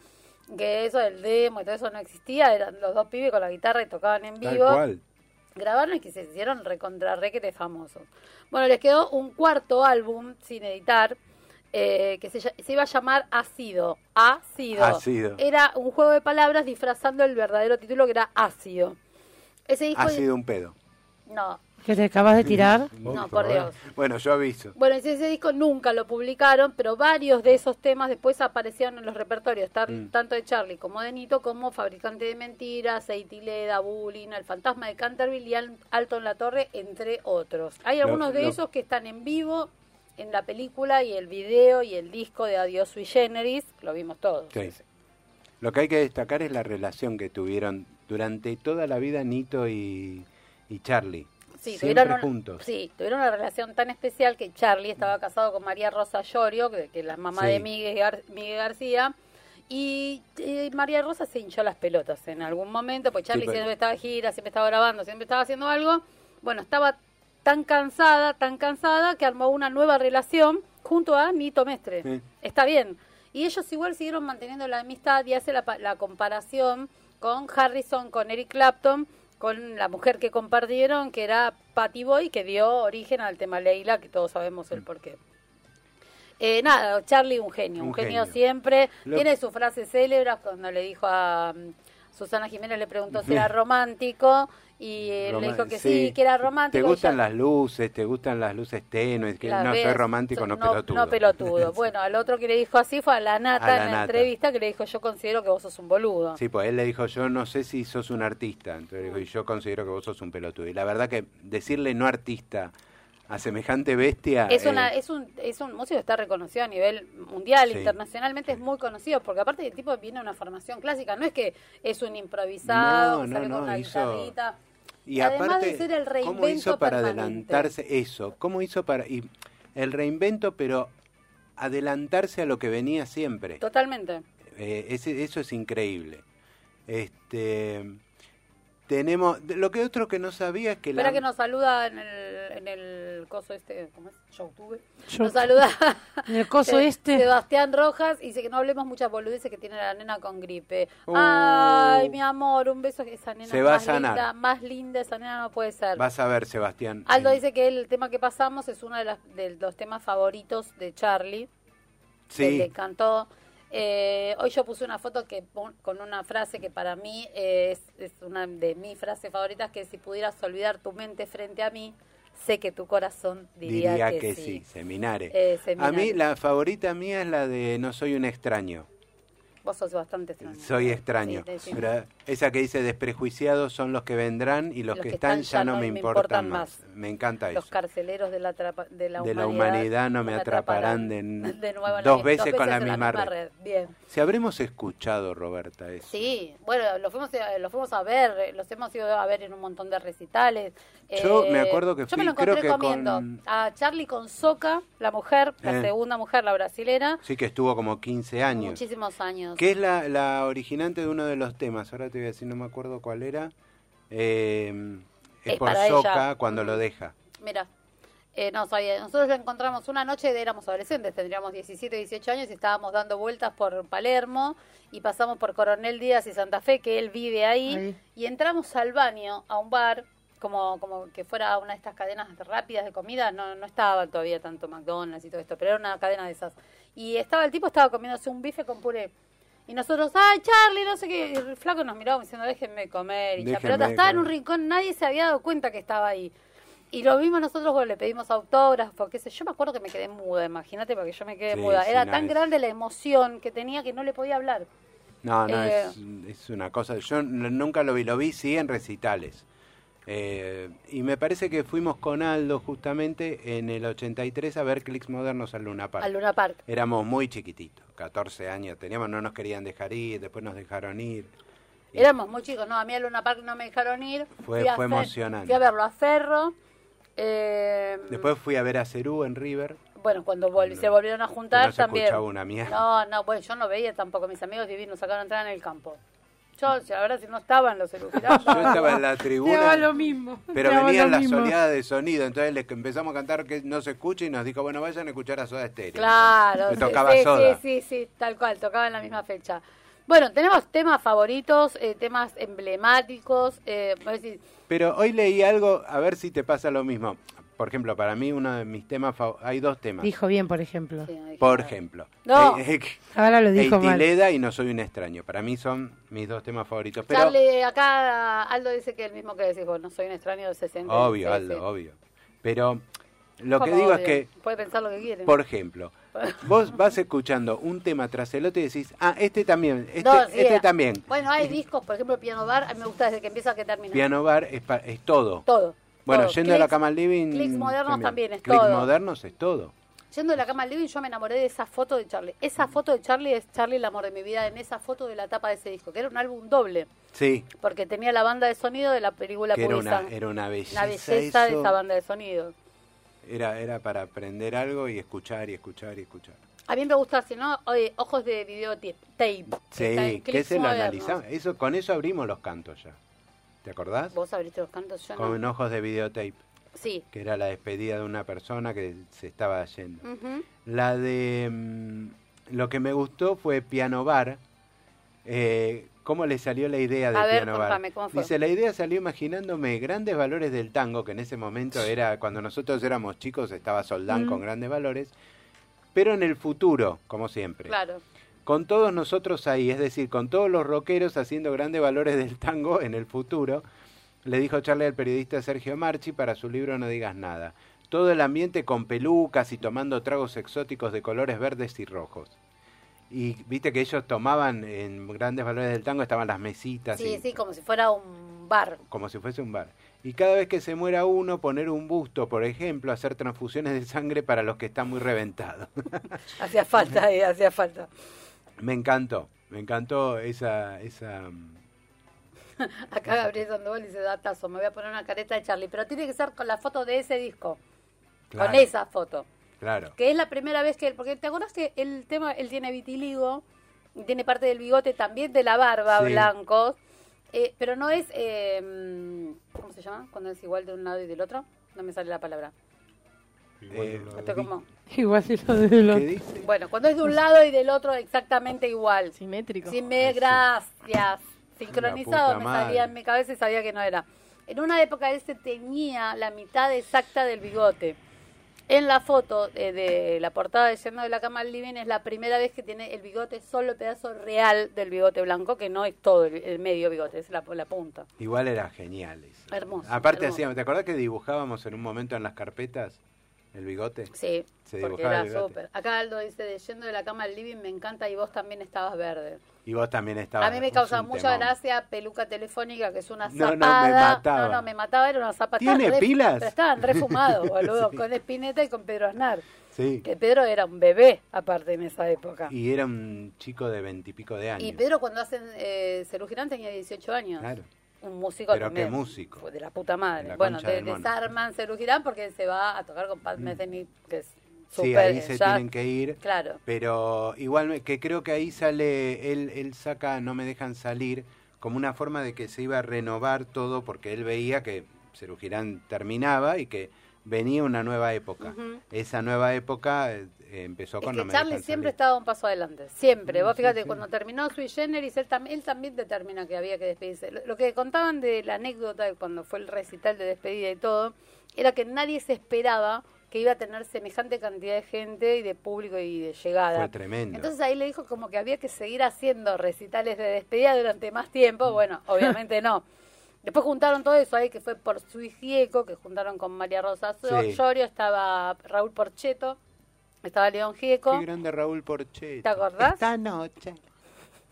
Speaker 3: que eso del demo y todo eso no existía, eran los dos pibes con la guitarra y tocaban en
Speaker 1: Tal
Speaker 3: vivo
Speaker 1: cual.
Speaker 3: grabaron y que se hicieron recontra requete famosos. Bueno, les quedó un cuarto álbum sin editar eh, que se, ll- se iba a llamar Ácido. Ácido.
Speaker 1: Ácido.
Speaker 3: Era un juego de palabras disfrazando el verdadero título que era Ácido. Ese disco.
Speaker 1: Ha sido un pedo.
Speaker 3: No,
Speaker 4: ¿Que te acabas de tirar?
Speaker 3: no, por Dios.
Speaker 1: Bueno, yo aviso.
Speaker 3: Bueno, ese, ese disco nunca lo publicaron, pero varios de esos temas después aparecieron en los repertorios,
Speaker 1: Mm.
Speaker 3: tan- tanto de Charlie como de Nito, como Fabricante de Mentiras, Eitileda, Bullying, El Fantasma de Canterville y Al- Alto en la Torre, entre otros. Hay
Speaker 1: Lo-
Speaker 3: algunos de
Speaker 1: lo-
Speaker 3: esos que están en vivo en la película y el video y el disco de Adiós Sui Generis, lo vimos todos.
Speaker 1: Sí. Lo que hay que destacar es la relación que tuvieron durante toda la vida Nito y, y Charlie.
Speaker 3: Sí,
Speaker 1: Siempre
Speaker 3: tuvieron, un-
Speaker 1: juntos.
Speaker 3: sí, tuvieron una relación tan especial que Charlie estaba casado con María Rosa Llorio, que, que es la mamá
Speaker 1: Sí.
Speaker 3: de Miguel, Gar- Miguel García, y eh, María Rosa se hinchó las pelotas en algún momento, pues Charlie
Speaker 1: pero-
Speaker 3: siempre estaba de gira, siempre estaba grabando, siempre estaba haciendo algo. Bueno, estaba tan cansada, tan cansada, que armó una nueva relación junto a Nito Mestre.
Speaker 1: Sí.
Speaker 3: Está bien. Y ellos igual siguieron manteniendo la amistad y hace la, pa- la comparación con Harrison, con Eric Clapton, con la mujer que compartieron, que era Patty Boy, que dio origen al tema Leila, que todos sabemos el porqué. Eh, nada, Charlie un genio, un,
Speaker 1: Un
Speaker 3: genio,
Speaker 1: genio.
Speaker 3: siempre.
Speaker 1: Lo-
Speaker 3: Tiene sus frases célebres cuando le dijo a mm, Susana Jiménez, le preguntó si era romántico y eh,
Speaker 1: Roma-
Speaker 3: le dijo que sí, que era romántico.
Speaker 1: Te
Speaker 3: y
Speaker 1: gustan
Speaker 3: ya-
Speaker 1: las luces, te gustan las luces tenues, que
Speaker 3: las
Speaker 1: no soy
Speaker 3: ves,
Speaker 1: romántico,
Speaker 3: son-
Speaker 1: no, pelotudo.
Speaker 3: No pelotudo. Bueno, al otro que le dijo así fue a la nata
Speaker 1: A la
Speaker 3: en la
Speaker 1: Nata.
Speaker 3: entrevista que le dijo yo considero que vos sos un boludo.
Speaker 1: Sí, pues él le dijo, yo no sé si sos un artista, entonces le dijo, y yo considero que vos sos un pelotudo. Y la verdad que decirle no artista a semejante bestia...
Speaker 3: Es,
Speaker 1: eh,
Speaker 3: una, es, un, es un músico que está reconocido a nivel mundial,
Speaker 1: Sí.
Speaker 3: internacionalmente es muy conocido, porque aparte el tipo viene de una formación clásica, no es que es un
Speaker 1: No,
Speaker 3: improvisado, que
Speaker 1: no,
Speaker 3: sale
Speaker 1: no,
Speaker 3: con una
Speaker 1: hizo-
Speaker 3: guitarrita.
Speaker 1: Y
Speaker 3: Además
Speaker 1: aparte,
Speaker 3: de ser el
Speaker 1: ¿cómo hizo
Speaker 3: reinvento
Speaker 1: para
Speaker 3: permanente.
Speaker 1: adelantarse eso? ¿Cómo hizo para y el reinvento, pero adelantarse a lo que venía siempre?
Speaker 3: Totalmente.
Speaker 1: Eh, ese- eso es increíble. Este tenemos de- lo que otro que no sabía es que
Speaker 3: Espera
Speaker 1: la
Speaker 3: que nos saluda en el, en el coso este, ¿cómo es? Youtube.
Speaker 4: Yo-
Speaker 3: Nos saluda
Speaker 4: en el coso
Speaker 3: Se-
Speaker 4: este.
Speaker 3: Eh, Sebastián Rojas y dice que no hablemos muchas boludeces que tiene la nena con gripe.
Speaker 1: Oh.
Speaker 3: Ay, mi amor, un beso. Esa nena
Speaker 1: Se
Speaker 3: es
Speaker 1: va a
Speaker 3: más
Speaker 1: sanar.
Speaker 3: linda, más linda, esa nena no puede ser.
Speaker 1: vas a ver Sebastián.
Speaker 3: Aldo
Speaker 1: Eh,
Speaker 3: dice que el tema que pasamos es uno de, las- de los temas favoritos de Charlie.
Speaker 1: sí,
Speaker 3: que le cantó. eh, hoy yo puse una foto que pon- con una frase que para mí eh, es, es una de mis frases favoritas, que si pudieras olvidar tu mente frente a mí, sé que tu corazón diría, que, sí.
Speaker 1: Seminares.
Speaker 3: Eh, Seminares.
Speaker 1: A mí la favorita mía es la de No soy un extraño.
Speaker 3: Vos sos bastante extraño.
Speaker 1: Soy extraño.
Speaker 3: Sí, decimos.
Speaker 1: Pero esa que dice desprejuiciados son los que vendrán y los, que, están, ya no me importan más. Me encanta
Speaker 3: Los
Speaker 1: eso.
Speaker 3: carceleros de la, trapa- de la
Speaker 1: De
Speaker 3: humanidad,
Speaker 1: la humanidad no me atraparán de-
Speaker 3: nuevo en
Speaker 1: dos
Speaker 3: mi-
Speaker 1: veces con la
Speaker 3: en
Speaker 1: misma red.
Speaker 3: Bien.
Speaker 1: Si habremos escuchado, Roberta, eso.
Speaker 3: Sí, bueno, los fuimos, a- los fuimos a ver, eh, los hemos ido a ver en un montón de recitales. eh,
Speaker 1: Yo me acuerdo que
Speaker 3: Yo me
Speaker 1: fui,
Speaker 3: lo encontré
Speaker 1: creo que
Speaker 3: comiendo
Speaker 1: con-
Speaker 3: a Charlie con Soca, la mujer, la
Speaker 1: Eh.
Speaker 3: segunda mujer, la brasilera,
Speaker 1: Sí que estuvo como 15 años.
Speaker 3: muchísimos años.
Speaker 1: Que es la, la originante de uno de los temas. Ahora te voy a decir, no me acuerdo cuál era. Eh, es,
Speaker 3: Es
Speaker 1: por
Speaker 3: para ella.
Speaker 1: Soca cuando
Speaker 3: Mm.
Speaker 1: lo deja.
Speaker 3: Mira, eh, no sabía. Nosotros la encontramos una noche, de- éramos adolescentes, tendríamos 17, 18 años y estábamos dando vueltas por Palermo y pasamos por Coronel Díaz y Santa Fe, que él vive ahí,
Speaker 4: Ahí.
Speaker 3: y entramos al baño, a un bar, como, como que fuera una de estas cadenas rápidas de comida, no, no estaba todavía tanto McDonald's y todo esto, pero era una cadena de esas. Y estaba el tipo, estaba comiéndose un bife con puré. Y nosotros, ay, Charlie, no sé qué. Y el flaco nos miraba diciendo, déjenme comer. Y la
Speaker 1: Déjenme
Speaker 3: pelota estaba en un
Speaker 1: comer.
Speaker 3: rincón, nadie se había dado cuenta que estaba ahí. Y lo vimos nosotros, bueno, le pedimos autógrafos, qué sé yo. Yo me acuerdo que me quedé muda, imagínate, porque yo me quedé
Speaker 1: Sí,
Speaker 3: muda.
Speaker 1: sí,
Speaker 3: Era
Speaker 1: no,
Speaker 3: tan
Speaker 1: es-
Speaker 3: grande la emoción que tenía que no le podía hablar.
Speaker 1: No, no,
Speaker 3: Eh,
Speaker 1: es, es una cosa. Yo n- nunca lo vi, lo vi sí en recitales. Eh, y me parece que fuimos con Aldo justamente en el 83 a ver Clics Modernos al Luna Park.
Speaker 3: Al Luna Park.
Speaker 1: Éramos muy chiquititos, 14 años teníamos, no nos querían dejar ir, después nos dejaron ir. Y
Speaker 3: Éramos muy chicos, no, a mí al Luna Park no me dejaron ir.
Speaker 1: Fue-
Speaker 3: Fui a
Speaker 1: fue
Speaker 3: Fer-
Speaker 1: emocionante.
Speaker 3: Fui a verlo a Ferro. Eh,
Speaker 1: Después fui a ver a Cerú en River.
Speaker 3: Bueno, cuando vol-
Speaker 1: Cuando-
Speaker 3: se volvieron a juntar
Speaker 1: no se
Speaker 3: también.
Speaker 1: escuchaba una mierda.
Speaker 3: No, no, bueno, yo no veía tampoco. Mis amigos divinos sacaron entrar en el campo. Yo, si- la verdad, si no estaban los celulares.
Speaker 1: Yo estaba en la tribuna.
Speaker 4: daba lo mismo,
Speaker 1: Pero
Speaker 4: daba
Speaker 1: venían
Speaker 4: lo
Speaker 1: las
Speaker 4: mismo.
Speaker 1: oleadas de sonido, entonces les empezamos a cantar que no se escucha y nos dijo, bueno, vayan a escuchar a Soda Stereo.
Speaker 3: Claro,
Speaker 1: Me
Speaker 3: sí,
Speaker 1: tocaba
Speaker 3: sí,
Speaker 1: Soda.
Speaker 3: Sí, sí, sí, tal cual, tocaba en la misma fecha. Bueno, tenemos temas favoritos, eh, temas emblemáticos. Eh, vos decís,
Speaker 1: Pero hoy leí algo, a ver si te pasa lo mismo. Por ejemplo, para mí uno de mis temas, fav- hay dos temas.
Speaker 4: Dijo bien, por ejemplo.
Speaker 3: sí, no dije
Speaker 1: Por
Speaker 3: nada.
Speaker 1: ejemplo.
Speaker 3: No.
Speaker 1: Eh, eh,
Speaker 4: Ahora lo dijo mal.
Speaker 1: Eitileda y No soy un extraño. Para mí son mis dos temas favoritos. Pero
Speaker 3: Charlie, acá Aldo dice que el mismo que decís vos, no soy un extraño de 60.
Speaker 1: obvio,
Speaker 3: Sí,
Speaker 1: Aldo,
Speaker 3: sí.
Speaker 1: obvio. Pero lo que
Speaker 3: ¿Cómo
Speaker 1: digo es
Speaker 3: obvio?
Speaker 1: que,
Speaker 3: Puede pensar lo que quiere.
Speaker 1: por ejemplo, vos vas escuchando un tema tras el otro y decís, ah, este también, este,
Speaker 3: No, sí,
Speaker 1: este
Speaker 3: era-
Speaker 1: también.
Speaker 3: Bueno, hay discos, por ejemplo, Piano Bar, a mí me gusta desde que empieza a que termina.
Speaker 1: Piano Bar es, pa- es todo.
Speaker 3: Todo.
Speaker 1: Bueno,
Speaker 3: todo.
Speaker 1: yendo a la
Speaker 3: Clics-
Speaker 1: cama al living.
Speaker 3: Clics modernos también es
Speaker 1: Clics
Speaker 3: todo.
Speaker 1: modernos es todo.
Speaker 3: Yendo a la cama al living, yo me enamoré de esa foto de Charlie. Esa foto de Charlie es Charlie, el amor de mi vida, en esa foto de la tapa de ese disco, que era un álbum doble,
Speaker 1: Sí.
Speaker 3: porque tenía la banda de sonido de la película
Speaker 1: que era una,
Speaker 3: Purisa.
Speaker 1: era una belleza.
Speaker 3: la belleza de
Speaker 1: eso.
Speaker 3: esa banda de sonido.
Speaker 1: Era, era para aprender algo y escuchar y escuchar y escuchar.
Speaker 3: A mí me gusta, si no, eh, ojos de videotape. tape, que está
Speaker 1: Sí,
Speaker 3: en
Speaker 1: que
Speaker 3: Clics
Speaker 1: se lo
Speaker 3: Modernos.
Speaker 1: analizamos. Eso, con eso abrimos los cantos ya. ¿Te acordás?
Speaker 3: Vos abriste los cantos, yo
Speaker 1: Con
Speaker 3: no.
Speaker 1: ojos de videotape,
Speaker 3: Sí.
Speaker 1: que era la despedida de una persona que se estaba yendo.
Speaker 3: Ujú.
Speaker 1: La de. mm, lo que me gustó fue Piano Bar. Eh, ¿Cómo le salió la idea de
Speaker 3: A ver,
Speaker 1: Piano Bar?
Speaker 3: contame, ¿cómo fue?
Speaker 1: Dice, la idea salió imaginándome grandes valores del tango, que en ese momento era, cuando nosotros éramos chicos, estaba Soldán con grandes valores, pero en el futuro, como siempre.
Speaker 3: Claro.
Speaker 1: Con todos nosotros ahí, es decir, con todos los rockeros haciendo grandes valores del tango en el futuro, le dijo Charlie al periodista Sergio Marchi para su libro No digas nada. Todo el ambiente con pelucas y tomando tragos exóticos de colores verdes y rojos. Y viste que ellos tomaban en grandes valores del tango, estaban las mesitas.
Speaker 3: Sí,
Speaker 1: y-
Speaker 3: sí, como si fuera un bar.
Speaker 1: como si fuese un bar. Y cada vez que se muera uno, poner un busto, por ejemplo, hacer transfusiones de sangre para los que están muy reventados.
Speaker 3: Hacía falta, eh, hacía falta.
Speaker 1: me encantó, me encantó esa... esa mm,
Speaker 3: Acá Gabriel Sandoval dice, datazo, me voy a poner una careta de Charlie, pero tiene que ser con la foto de ese disco,
Speaker 1: claro,
Speaker 3: con esa foto,
Speaker 1: Claro.
Speaker 3: que es la primera vez que él, porque te acordás que el tema, él tiene vitiligo, y tiene parte del bigote también de la barba
Speaker 1: Sí.
Speaker 3: blanco, eh, pero no es, eh, ¿cómo se llama? Cuando es igual de un lado y del otro, no me sale la palabra.
Speaker 6: Igual
Speaker 1: Eh,
Speaker 6: lo
Speaker 3: Esto
Speaker 6: vi.
Speaker 3: como-
Speaker 4: Igual que lo de los...
Speaker 1: ¿Qué dice?
Speaker 3: bueno, cuando es de un lado y del otro exactamente igual.
Speaker 5: Simétrico.
Speaker 3: Sí, me, gracias. Sincronizado
Speaker 1: La
Speaker 3: me
Speaker 1: puta madre.
Speaker 3: salía en mi cabeza y este sabía que no era. En una época él se tenía la mitad exacta del bigote. En la foto eh, de la portada de Yendo de la Cama al Living es la primera vez que tiene el bigote, solo el pedazo real del bigote blanco, que no es todo el, el medio bigote, es la, la punta.
Speaker 1: Igual era genial. eso.
Speaker 3: Hermoso,
Speaker 1: Aparte
Speaker 3: hermoso.
Speaker 1: hacíamos, ¿te acordás que dibujábamos en un momento en las carpetas el bigote?
Speaker 3: Sí,
Speaker 1: Se
Speaker 3: porque
Speaker 1: dibujaba
Speaker 3: era
Speaker 1: el bigote.
Speaker 3: súper. Acá Aldo dice, de Yendo de la Cama al Living me encanta y vos también estabas verde.
Speaker 1: Y vos también estabas.
Speaker 3: A mí me
Speaker 1: es
Speaker 3: causa
Speaker 1: un
Speaker 3: mucha
Speaker 1: temón.
Speaker 3: gracia peluca telefónica, que es una
Speaker 1: No, no, me
Speaker 3: zapada.
Speaker 1: mataba.
Speaker 3: No, no, me mataba, era una zapada.
Speaker 1: ¿Tiene
Speaker 3: Estaban re-
Speaker 1: pilas?
Speaker 3: pero Estaban refumados, boludo,
Speaker 1: Sí.
Speaker 3: con Espineta y con Pedro Aznar.
Speaker 1: Sí.
Speaker 3: Que Pedro era un bebé, aparte, en esa época. Y,
Speaker 1: Y era un chico de veintipico de años.
Speaker 3: Pedro, cuando hacen eh, Cerú Girán, tenía 18 años.
Speaker 1: Claro.
Speaker 3: Un músico
Speaker 1: Pero
Speaker 3: también.
Speaker 1: qué músico.
Speaker 3: Fue De la puta
Speaker 1: De
Speaker 3: madre.
Speaker 1: la
Speaker 3: bueno,
Speaker 1: concha
Speaker 3: de-
Speaker 1: del mono.
Speaker 3: desarman Cerú Girán porque se va a tocar con Pat Metheny, que es súper.
Speaker 1: sí, ahí se
Speaker 3: ya-
Speaker 1: tienen que ir.
Speaker 3: Claro.
Speaker 1: Pero igual me- que creo que ahí sale, él, él saca No me dejan salir como una forma de que se iba a renovar todo porque él veía que Cerugirán terminaba y que venía una nueva época.
Speaker 3: Ujú.
Speaker 1: Esa nueva época eh, empezó
Speaker 3: Es
Speaker 1: con
Speaker 3: que
Speaker 1: No me
Speaker 3: Charlie
Speaker 1: dejan
Speaker 3: siempre
Speaker 1: salir.
Speaker 3: estaba un paso adelante, siempre. Vos
Speaker 1: Mm, Sí,
Speaker 3: fíjate,
Speaker 1: sí.
Speaker 3: cuando terminó Sui Generis, él, tam- él también determina que había que despedirse. Lo, lo que contaban de la anécdota de cuando fue el recital de despedida y todo, era que nadie se esperaba que iba a tener semejante cantidad de gente y de público y de llegada.
Speaker 1: Fue tremendo.
Speaker 3: Entonces ahí le dijo como que había que seguir haciendo recitales de despedida durante más
Speaker 1: Mm.
Speaker 3: tiempo. Bueno, obviamente no. Después juntaron todo eso ahí que fue por Suicieco, que juntaron con María Rosa Sor-
Speaker 1: Sí.
Speaker 3: Llorio, estaba Raúl Porcheto, estaba León Gieco.
Speaker 1: Qué grande Raúl Porche.
Speaker 3: ¿Te acordás?
Speaker 1: Esta noche.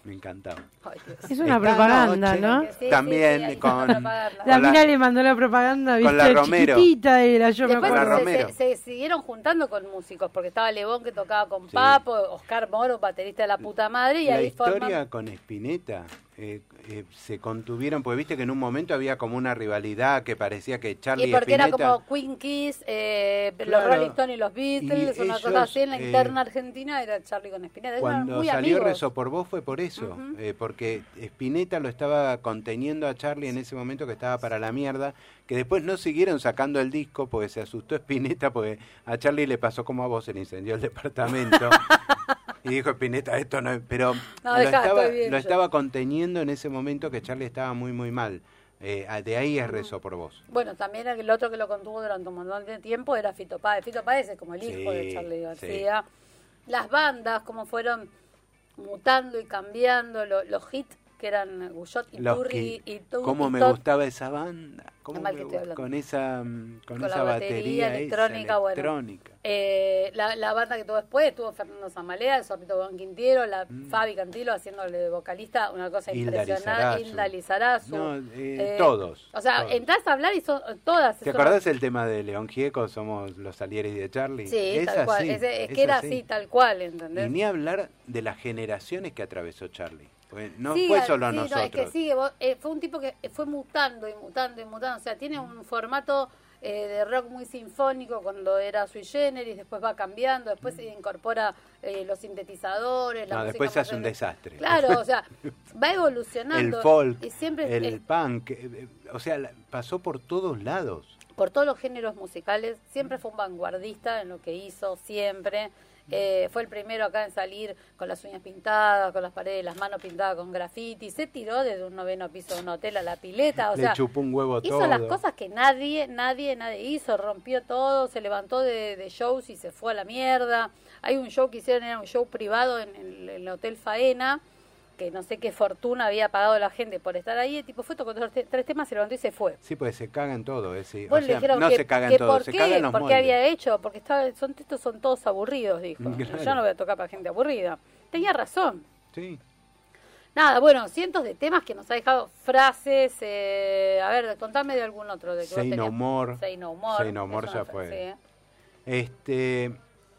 Speaker 1: Me encantaba.
Speaker 3: Ay, Dios.
Speaker 4: Es una
Speaker 1: Esta
Speaker 4: propaganda,
Speaker 1: noche.
Speaker 4: ¿no?
Speaker 3: Sí, sí,
Speaker 1: También
Speaker 3: sí, ahí está
Speaker 1: con,
Speaker 3: la propaganda.
Speaker 4: La
Speaker 1: con la-
Speaker 4: mina le mandó la propaganda, ¿viste?
Speaker 1: la Romero.
Speaker 4: Chiquitita era, yo me
Speaker 3: Después
Speaker 1: Con la
Speaker 4: acuerdo.
Speaker 3: se-
Speaker 1: Romero.
Speaker 3: se, se siguieron juntando con músicos, porque estaba Lebón que tocaba con
Speaker 1: Sí.
Speaker 3: Papo, Oscar Moro, baterista de la puta madre, y
Speaker 1: la
Speaker 3: ahí
Speaker 1: historia
Speaker 3: forman...
Speaker 1: con Spinetta eh, eh, se contuvieron, porque viste que en un momento había como una rivalidad que parecía que Charlie
Speaker 3: Y
Speaker 1: y
Speaker 3: porque era
Speaker 1: Spinetta-
Speaker 3: como Queen Kiss, eh,
Speaker 1: Claro.
Speaker 3: los Rolling Stones y los Beatles,
Speaker 1: Y
Speaker 3: una
Speaker 1: ellos,
Speaker 3: cosa así, en la
Speaker 1: eh,
Speaker 3: interna argentina era Charlie con Spinetta, eran
Speaker 1: Cuando
Speaker 3: muy
Speaker 1: salió
Speaker 3: amigos.
Speaker 1: Rezo por vos fue por eso, eh, porque Spinetta lo estaba conteniendo a Charlie en ese momento que estaba para la mierda, que después no siguieron sacando el disco porque se asustó Spinetta, porque a Charlie le pasó como a vos, se le incendió el departamento. y dijo Spinetta, esto no es... Pero
Speaker 3: No,
Speaker 1: lo,
Speaker 3: dejá,
Speaker 1: estaba,
Speaker 3: estoy bien
Speaker 1: lo
Speaker 3: yo.
Speaker 1: estaba conteniendo en ese momento que Charlie estaba muy, muy mal. Eh, a- de ahí es Rezo por vos.
Speaker 3: Bueno, también el otro que lo contuvo durante un montón de tiempo era Fito Páez. Fito Páez es como el hijo
Speaker 1: Sí,
Speaker 3: de Charlie
Speaker 1: sí.
Speaker 3: García. Las bandas, cómo fueron mutando y cambiando, lo- los hits que eran Guyot y
Speaker 1: Los
Speaker 3: Turri
Speaker 1: que-
Speaker 3: y todo.
Speaker 1: cómo me gustaba esa banda, cómo
Speaker 3: mal
Speaker 1: me
Speaker 3: que
Speaker 1: gu-
Speaker 3: estoy hablando.
Speaker 1: con esa mm, con,
Speaker 3: Con la
Speaker 1: esa
Speaker 3: batería
Speaker 1: batería, esa
Speaker 3: electrónica, bueno.
Speaker 1: electrónica.
Speaker 3: Eh, la, la banda que tuvo después, tuvo Fernando Zamalea, el Zorrito Juan Quintiero, la Fabi Cantilo haciéndole de vocalista, una cosa
Speaker 1: Mm. Hilda
Speaker 3: impresionante.
Speaker 1: Lizarazu.
Speaker 3: Hilda Lizarazu.
Speaker 1: No, eh, todos,
Speaker 3: O sea,
Speaker 1: todos.
Speaker 3: entras a hablar y son todas.
Speaker 1: ¿Te
Speaker 3: son-
Speaker 1: acordás el tema de León Gieco? Somos los Salieres de Charlie.
Speaker 3: Sí,
Speaker 1: Es
Speaker 3: tal cual.
Speaker 1: así,
Speaker 3: Ese- es
Speaker 1: es
Speaker 3: que era
Speaker 1: así.
Speaker 3: así, tal cual,
Speaker 1: Y
Speaker 3: ¿entendés?
Speaker 1: ni hablar de las generaciones que atravesó Charlie. porque no
Speaker 3: Sí,
Speaker 1: fue
Speaker 3: a-
Speaker 1: solo
Speaker 3: sí, no,
Speaker 1: nosotros.
Speaker 3: es que sigue, vos- eh, fue un tipo que fue mutando y mutando y mutando. O sea, tiene un formato eh, de rock muy sinfónico cuando era sui generis, después va cambiando, después se incorpora eh, los sintetizadores. La
Speaker 1: Mm. No,
Speaker 3: música
Speaker 1: después se
Speaker 3: más
Speaker 1: hace un
Speaker 3: de-
Speaker 1: desastre.
Speaker 3: Claro, o sea, va
Speaker 1: Este, el
Speaker 3: evolucionando.
Speaker 1: folk,
Speaker 3: Y siempre
Speaker 1: el
Speaker 3: es-
Speaker 1: punk, eh, eh, o sea, la- pasó por todos lados.
Speaker 3: por todos los géneros musicales, siempre fue un vanguardista en lo que hizo, siempre. Eh, fue el primero acá en salir con las uñas pintadas, con las paredes, las manos pintadas con grafiti, se tiró desde un noveno piso de un hotel a la pileta, o
Speaker 1: Le
Speaker 3: sea,
Speaker 1: chupó un huevo
Speaker 3: hizo
Speaker 1: todo.
Speaker 3: las cosas que nadie, nadie, nadie hizo, rompió todo, se levantó de, de shows y se fue a la mierda. Hay un show que hicieron, era un show privado en, el- en el Hotel Faena, que no sé qué fortuna había pagado la gente por estar ahí, el tipo fue, tocó tres, tres temas, se levantó y se fue.
Speaker 1: Sí, pues se cagan todo. eh, sí. O
Speaker 3: Vos le
Speaker 1: sea,
Speaker 3: dijeron
Speaker 1: no
Speaker 3: que,
Speaker 1: se cagan
Speaker 3: que
Speaker 1: todo,
Speaker 3: por
Speaker 1: se
Speaker 3: qué,
Speaker 1: cagan los
Speaker 3: por qué
Speaker 1: moldes. Mm,
Speaker 3: había hecho, porque estaba, son, estos son todos aburridos, dijo.
Speaker 1: Claro.
Speaker 3: Yo no voy a tocar para gente aburrida. Tenía razón.
Speaker 1: Sí.
Speaker 3: Nada, bueno, cientos de temas que nos ha dejado frases. eh, a ver, contame de algún otro. De que
Speaker 1: Say
Speaker 3: vos
Speaker 1: no
Speaker 3: tenías.
Speaker 1: more.
Speaker 3: Say no more.
Speaker 1: Say no
Speaker 3: es
Speaker 1: more
Speaker 3: una
Speaker 1: ya
Speaker 3: fra-
Speaker 1: fue.
Speaker 3: sí, ¿eh?
Speaker 1: Este,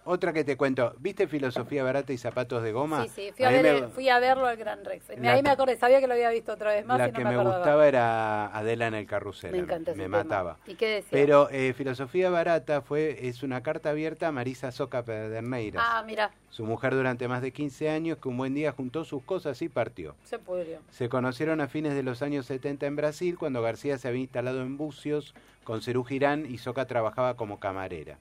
Speaker 1: otra que te cuento, ¿viste filosofía barata y zapatos de goma?
Speaker 3: Sí, sí, fui a,
Speaker 1: mí
Speaker 3: ver,
Speaker 1: me-
Speaker 3: fui a verlo al Gran Rex. Me-
Speaker 1: La-
Speaker 3: ahí me acordé, sabía que lo había visto otra vez más.
Speaker 1: la
Speaker 3: y no
Speaker 1: que
Speaker 3: me,
Speaker 1: me,
Speaker 3: acordaba.
Speaker 1: gustaba era Adela en el carrusel.
Speaker 3: Me encanta ese
Speaker 1: me
Speaker 3: tema.
Speaker 1: mataba.
Speaker 3: ¿Y qué decía?
Speaker 1: Pero eh, filosofía barata fue es una carta abierta a Marisa Soca Pederneiras,
Speaker 3: ah, mira,
Speaker 1: su mujer durante más de 15 años que un buen día juntó sus cosas y partió.
Speaker 3: se pudrió.
Speaker 1: Se conocieron a fines de los años 70 en Brasil cuando García se había instalado en Bucios con Cerú Girán y Soca trabajaba como camarera.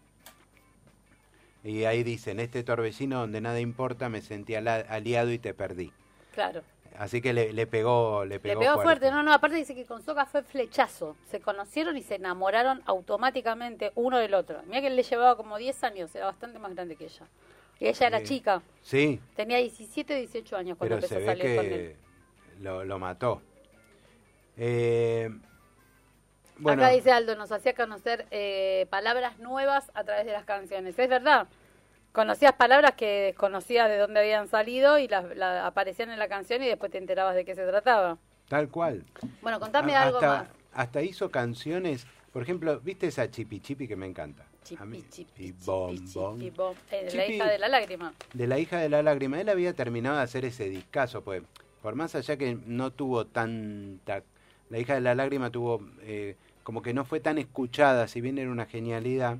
Speaker 1: Y ahí dicen, este torbellino donde nada importa me sentí ala- aliado y te perdí.
Speaker 3: Claro.
Speaker 1: Así que le, le pegó, le
Speaker 3: Le
Speaker 1: pegó,
Speaker 3: pegó fuerte, no, no, aparte dice que con Soca fue flechazo. Se conocieron y se enamoraron automáticamente uno del otro. Mira que él le llevaba como 10 años, era bastante más grande que ella. Y ella era
Speaker 1: Sí.
Speaker 3: chica,
Speaker 1: Sí,
Speaker 3: tenía 17, 18 años cuando
Speaker 1: pero se
Speaker 3: empezó a
Speaker 1: ve
Speaker 3: salir con él.
Speaker 1: que lo, lo mató. Eh, bueno,
Speaker 3: Acá dice Aldo, nos hacía conocer eh, palabras nuevas a través de las canciones. Es verdad, conocías palabras que desconocías de dónde habían salido y las la- aparecían en la canción y después te enterabas de qué se trataba.
Speaker 1: tal cual.
Speaker 3: Bueno, contame
Speaker 1: A-
Speaker 3: algo
Speaker 1: Ah, hasta,
Speaker 3: más.
Speaker 1: Hasta hizo canciones, por ejemplo, ¿viste esa Chipi Chipi que me encanta? A mí-
Speaker 3: Chipi, chipi,
Speaker 1: y
Speaker 3: chipi,
Speaker 1: bom, bom.
Speaker 3: chipi, bom. Eh, La
Speaker 1: Chipi.
Speaker 3: hija de la lágrima.
Speaker 1: de la hija de la lágrima. Él había terminado de hacer ese discazo, pues por más allá que no tuvo tanta... La hija de la lágrima tuvo eh, como que no fue tan escuchada, si bien era una genialidad.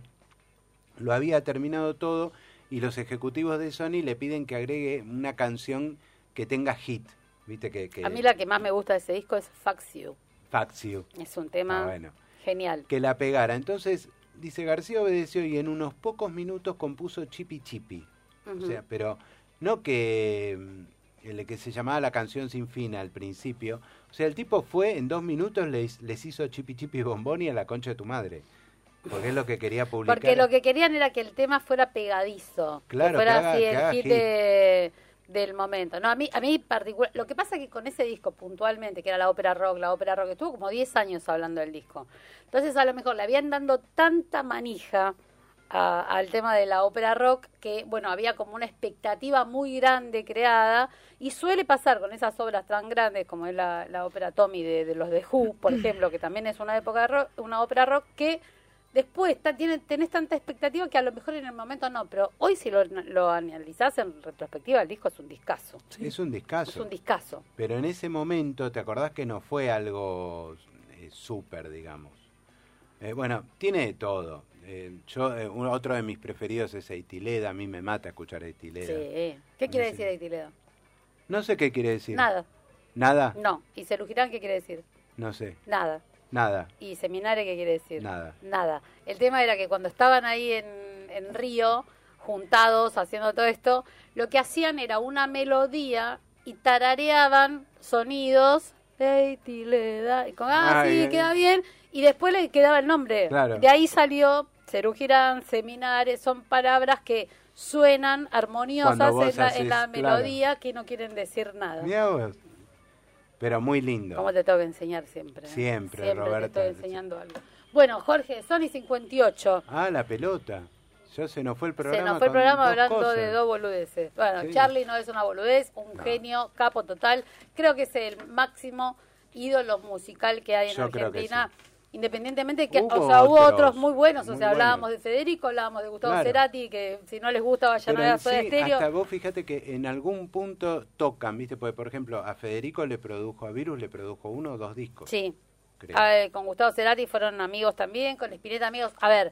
Speaker 1: Lo había terminado todo y los ejecutivos de Sony le piden que agregue una canción que tenga hit. Viste que... que
Speaker 3: A mí la que más me gusta de ese disco es Fax You.
Speaker 1: Fuck You.
Speaker 3: Es un
Speaker 1: Ah,
Speaker 3: tema
Speaker 1: bueno.
Speaker 3: genial.
Speaker 1: que la pegara. Entonces, dice García obedeció y en unos pocos minutos compuso Chipi Chipi.
Speaker 3: Ujú.
Speaker 1: O sea, pero no que mm, el que se llamaba la canción sin fin al principio. O sea, el tipo fue, en dos minutos les, les hizo Chipi Chipi Bombón y a la concha de tu madre. Porque es lo que quería publicar.
Speaker 3: Porque lo que querían era que el tema fuera pegadizo. que
Speaker 1: Claro, que
Speaker 3: fuera
Speaker 1: haga-
Speaker 3: así
Speaker 1: que haga
Speaker 3: el hit
Speaker 1: hit.
Speaker 3: de- del momento. No, a mí, a mí particular. Lo que pasa es que con ese disco puntualmente, que era la ópera rock, la ópera rock, estuvo como 10 años hablando del disco. Entonces a lo mejor le habían dando tanta manija a- al tema de la ópera rock que, bueno, había como una expectativa muy grande creada y suele pasar con esas obras tan grandes como es la, la ópera Tommy de, de los de Who, por ejemplo, que también es una época de rock, una ópera rock que después ta- tiene- tenés tanta expectativa que a lo mejor en el momento no, pero hoy si lo, lo analizás en retrospectiva, el disco es un discazo.
Speaker 1: Es un discazo.
Speaker 3: Es un discazo.
Speaker 1: Pero en ese momento, ¿te acordás que no fue algo eh, súper, digamos? Eh, bueno, tiene de todo. Eh, yo, eh, un- otro de mis preferidos es Eitileda. A mí me mata escuchar Eitileda.
Speaker 3: Sí. ¿Qué quiere decir Aitiledo?
Speaker 1: No sé qué quiere decir.
Speaker 3: Nada.
Speaker 1: ¿Nada?
Speaker 3: No. ¿Y Cerujirán qué quiere decir?
Speaker 1: No sé.
Speaker 3: Nada.
Speaker 1: Nada.
Speaker 3: ¿Y Seminare qué quiere decir?
Speaker 1: Nada.
Speaker 3: Nada. El tema era que cuando estaban ahí en, en Río, juntados, haciendo todo esto, lo que hacían era una melodía y tarareaban sonidos. "Ey, ti, le da", y con, ah,
Speaker 1: Ay,
Speaker 3: sí,
Speaker 1: ay.
Speaker 3: queda bien. Y después le quedaba el nombre.
Speaker 1: Claro.
Speaker 3: De ahí salió Cerú Girán, Seminares, son palabras que suenan armoniosas
Speaker 1: Cuando vos
Speaker 3: en la, en
Speaker 1: haces,
Speaker 3: la
Speaker 1: claro.
Speaker 3: melodía que no quieren decir nada.
Speaker 1: Mirá vos. Pero muy lindo.
Speaker 3: ¿Cómo te tengo que enseñar siempre? eh?
Speaker 1: Siempre,
Speaker 3: Te
Speaker 1: Roberta.
Speaker 3: estoy enseñando algo. Bueno, Jorge, Sony 58.
Speaker 1: Ah, la pelota. Ya se nos fue el
Speaker 3: Se
Speaker 1: programa.
Speaker 3: nos fue
Speaker 1: con
Speaker 3: el programa
Speaker 1: dos
Speaker 3: hablando
Speaker 1: cosas.
Speaker 3: de dos boludeces. Bueno,
Speaker 1: Sí.
Speaker 3: Charlie no es una boludez, un
Speaker 1: No.
Speaker 3: genio, capo total. Creo que es el máximo ídolo musical que hay en
Speaker 1: Yo creo que
Speaker 3: Argentina. Independientemente de que,
Speaker 1: Hubo
Speaker 3: o sea, hubo
Speaker 1: otros
Speaker 3: otros muy buenos, o
Speaker 1: muy
Speaker 3: sea, hablábamos
Speaker 1: buenos.
Speaker 3: de Federico, hablábamos de Gustavo
Speaker 1: Claro.
Speaker 3: Cerati, que si no les gusta vayan
Speaker 1: Pero
Speaker 3: a ver
Speaker 1: en
Speaker 3: a Soda
Speaker 1: sí,
Speaker 3: Stereo.
Speaker 1: hasta vos fíjate que en algún punto tocan, ¿viste? Porque, por ejemplo, a Federico le produjo, a Virus le produjo uno o dos discos.
Speaker 3: Sí,
Speaker 1: creo.
Speaker 3: A ver, Ah, eh, con Gustavo Cerati fueron amigos también, con Spinetta amigos. A ver,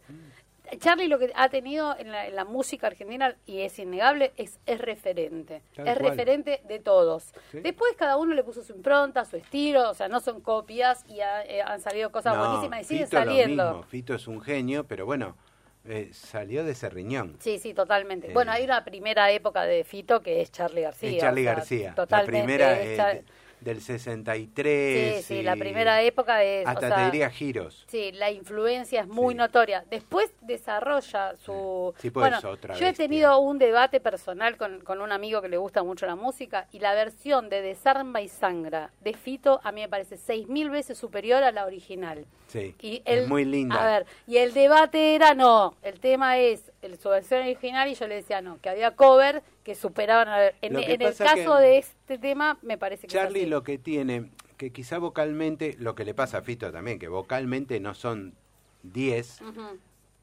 Speaker 3: Charlie lo que ha tenido en la, en la música argentina, y es innegable, es, es referente.
Speaker 1: Tal
Speaker 3: es
Speaker 1: cual.
Speaker 3: referente de todos.
Speaker 1: Sí.
Speaker 3: Después cada uno le puso su impronta, su estilo, o sea, no son copias y ha- eh, han salido cosas
Speaker 1: No,
Speaker 3: buenísimas y siguen
Speaker 1: Fito lo
Speaker 3: saliendo.
Speaker 1: mismo, Fito es un genio, pero bueno, eh, salió de ese riñón.
Speaker 3: Sí, sí, totalmente.
Speaker 1: Eh.
Speaker 3: Bueno, hay una primera época de Fito que es Charlie García.
Speaker 1: es Charlie
Speaker 3: o sea,
Speaker 1: García.
Speaker 3: Totalmente.
Speaker 1: La primera
Speaker 3: es
Speaker 1: eh,
Speaker 3: Char-
Speaker 1: de- del
Speaker 3: sí,
Speaker 1: 63.
Speaker 3: sí,
Speaker 1: y
Speaker 3: la primera época es... o
Speaker 1: Hasta te
Speaker 3: sea,
Speaker 1: diría giros.
Speaker 3: Sí, la influencia es muy
Speaker 1: Sí.
Speaker 3: notoria. Después desarrolla su...
Speaker 1: Sí, pues, otra
Speaker 3: yo he
Speaker 1: bestia.
Speaker 3: tenido un debate personal con, con un amigo que le gusta mucho la música y la versión de Desarma y Sangra de Fito a mí me parece seis mil veces superior a la original.
Speaker 1: Sí,
Speaker 3: Y
Speaker 1: es
Speaker 3: el-
Speaker 1: muy linda.
Speaker 3: A ver, y el debate era no, el tema es el, su versión original y yo le decía no, que había cover que superaban a ver. En, e,
Speaker 1: Lo que
Speaker 3: en el
Speaker 1: pasa
Speaker 3: caso
Speaker 1: que-
Speaker 3: de este tema me parece que... es
Speaker 1: Charlie
Speaker 3: así.
Speaker 1: lo que tiene, que quizá vocalmente, lo que le pasa a Fito también, que vocalmente no son 10,
Speaker 3: Ujú.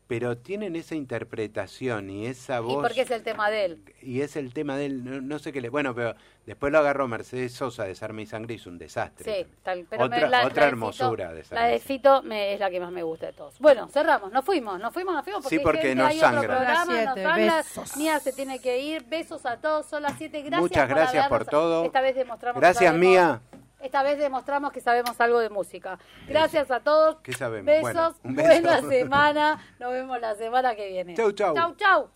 Speaker 1: pero tienen esa interpretación y esa
Speaker 3: Y
Speaker 1: voz.
Speaker 3: porque es el tema de él.
Speaker 1: y es el tema del, no, no sé qué le... Bueno, pero después lo agarró Mercedes Sosa, Desarme y Sangre, hizo un desastre.
Speaker 3: Sí, tal, pero
Speaker 1: otra
Speaker 3: me- la,
Speaker 1: otra
Speaker 3: la de
Speaker 1: hermosura
Speaker 3: Fito-
Speaker 1: de Sangre.
Speaker 3: La de Fito me, es la que más me gusta de todos. Bueno, cerramos, nos fuimos, nos fuimos, nos fuimos porque,
Speaker 1: Sí, porque
Speaker 3: hay gente,
Speaker 1: nos
Speaker 3: hay otro
Speaker 1: sangra.
Speaker 3: programa,
Speaker 4: Son las
Speaker 3: nos
Speaker 4: siete,
Speaker 3: habla,
Speaker 4: besos.
Speaker 3: Mía se tiene que ir, besos a todos, son las 7, gracias
Speaker 1: Muchas gracias por
Speaker 3: habernos-
Speaker 1: todo.
Speaker 3: Esta vez demostramos
Speaker 1: Gracias,
Speaker 3: que sabemos-
Speaker 1: Mía.
Speaker 3: Esta vez demostramos que sabemos algo de música. Gracias a todos.
Speaker 1: ¿Qué sabemos?
Speaker 3: Besos,
Speaker 1: Bueno, un beso.
Speaker 3: buena semana, nos vemos la semana que viene.
Speaker 1: Chau, chau.
Speaker 3: Chau, chau.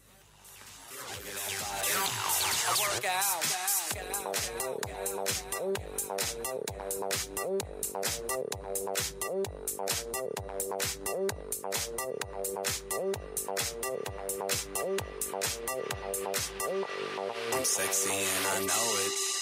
Speaker 1: I'm sexy and I know it.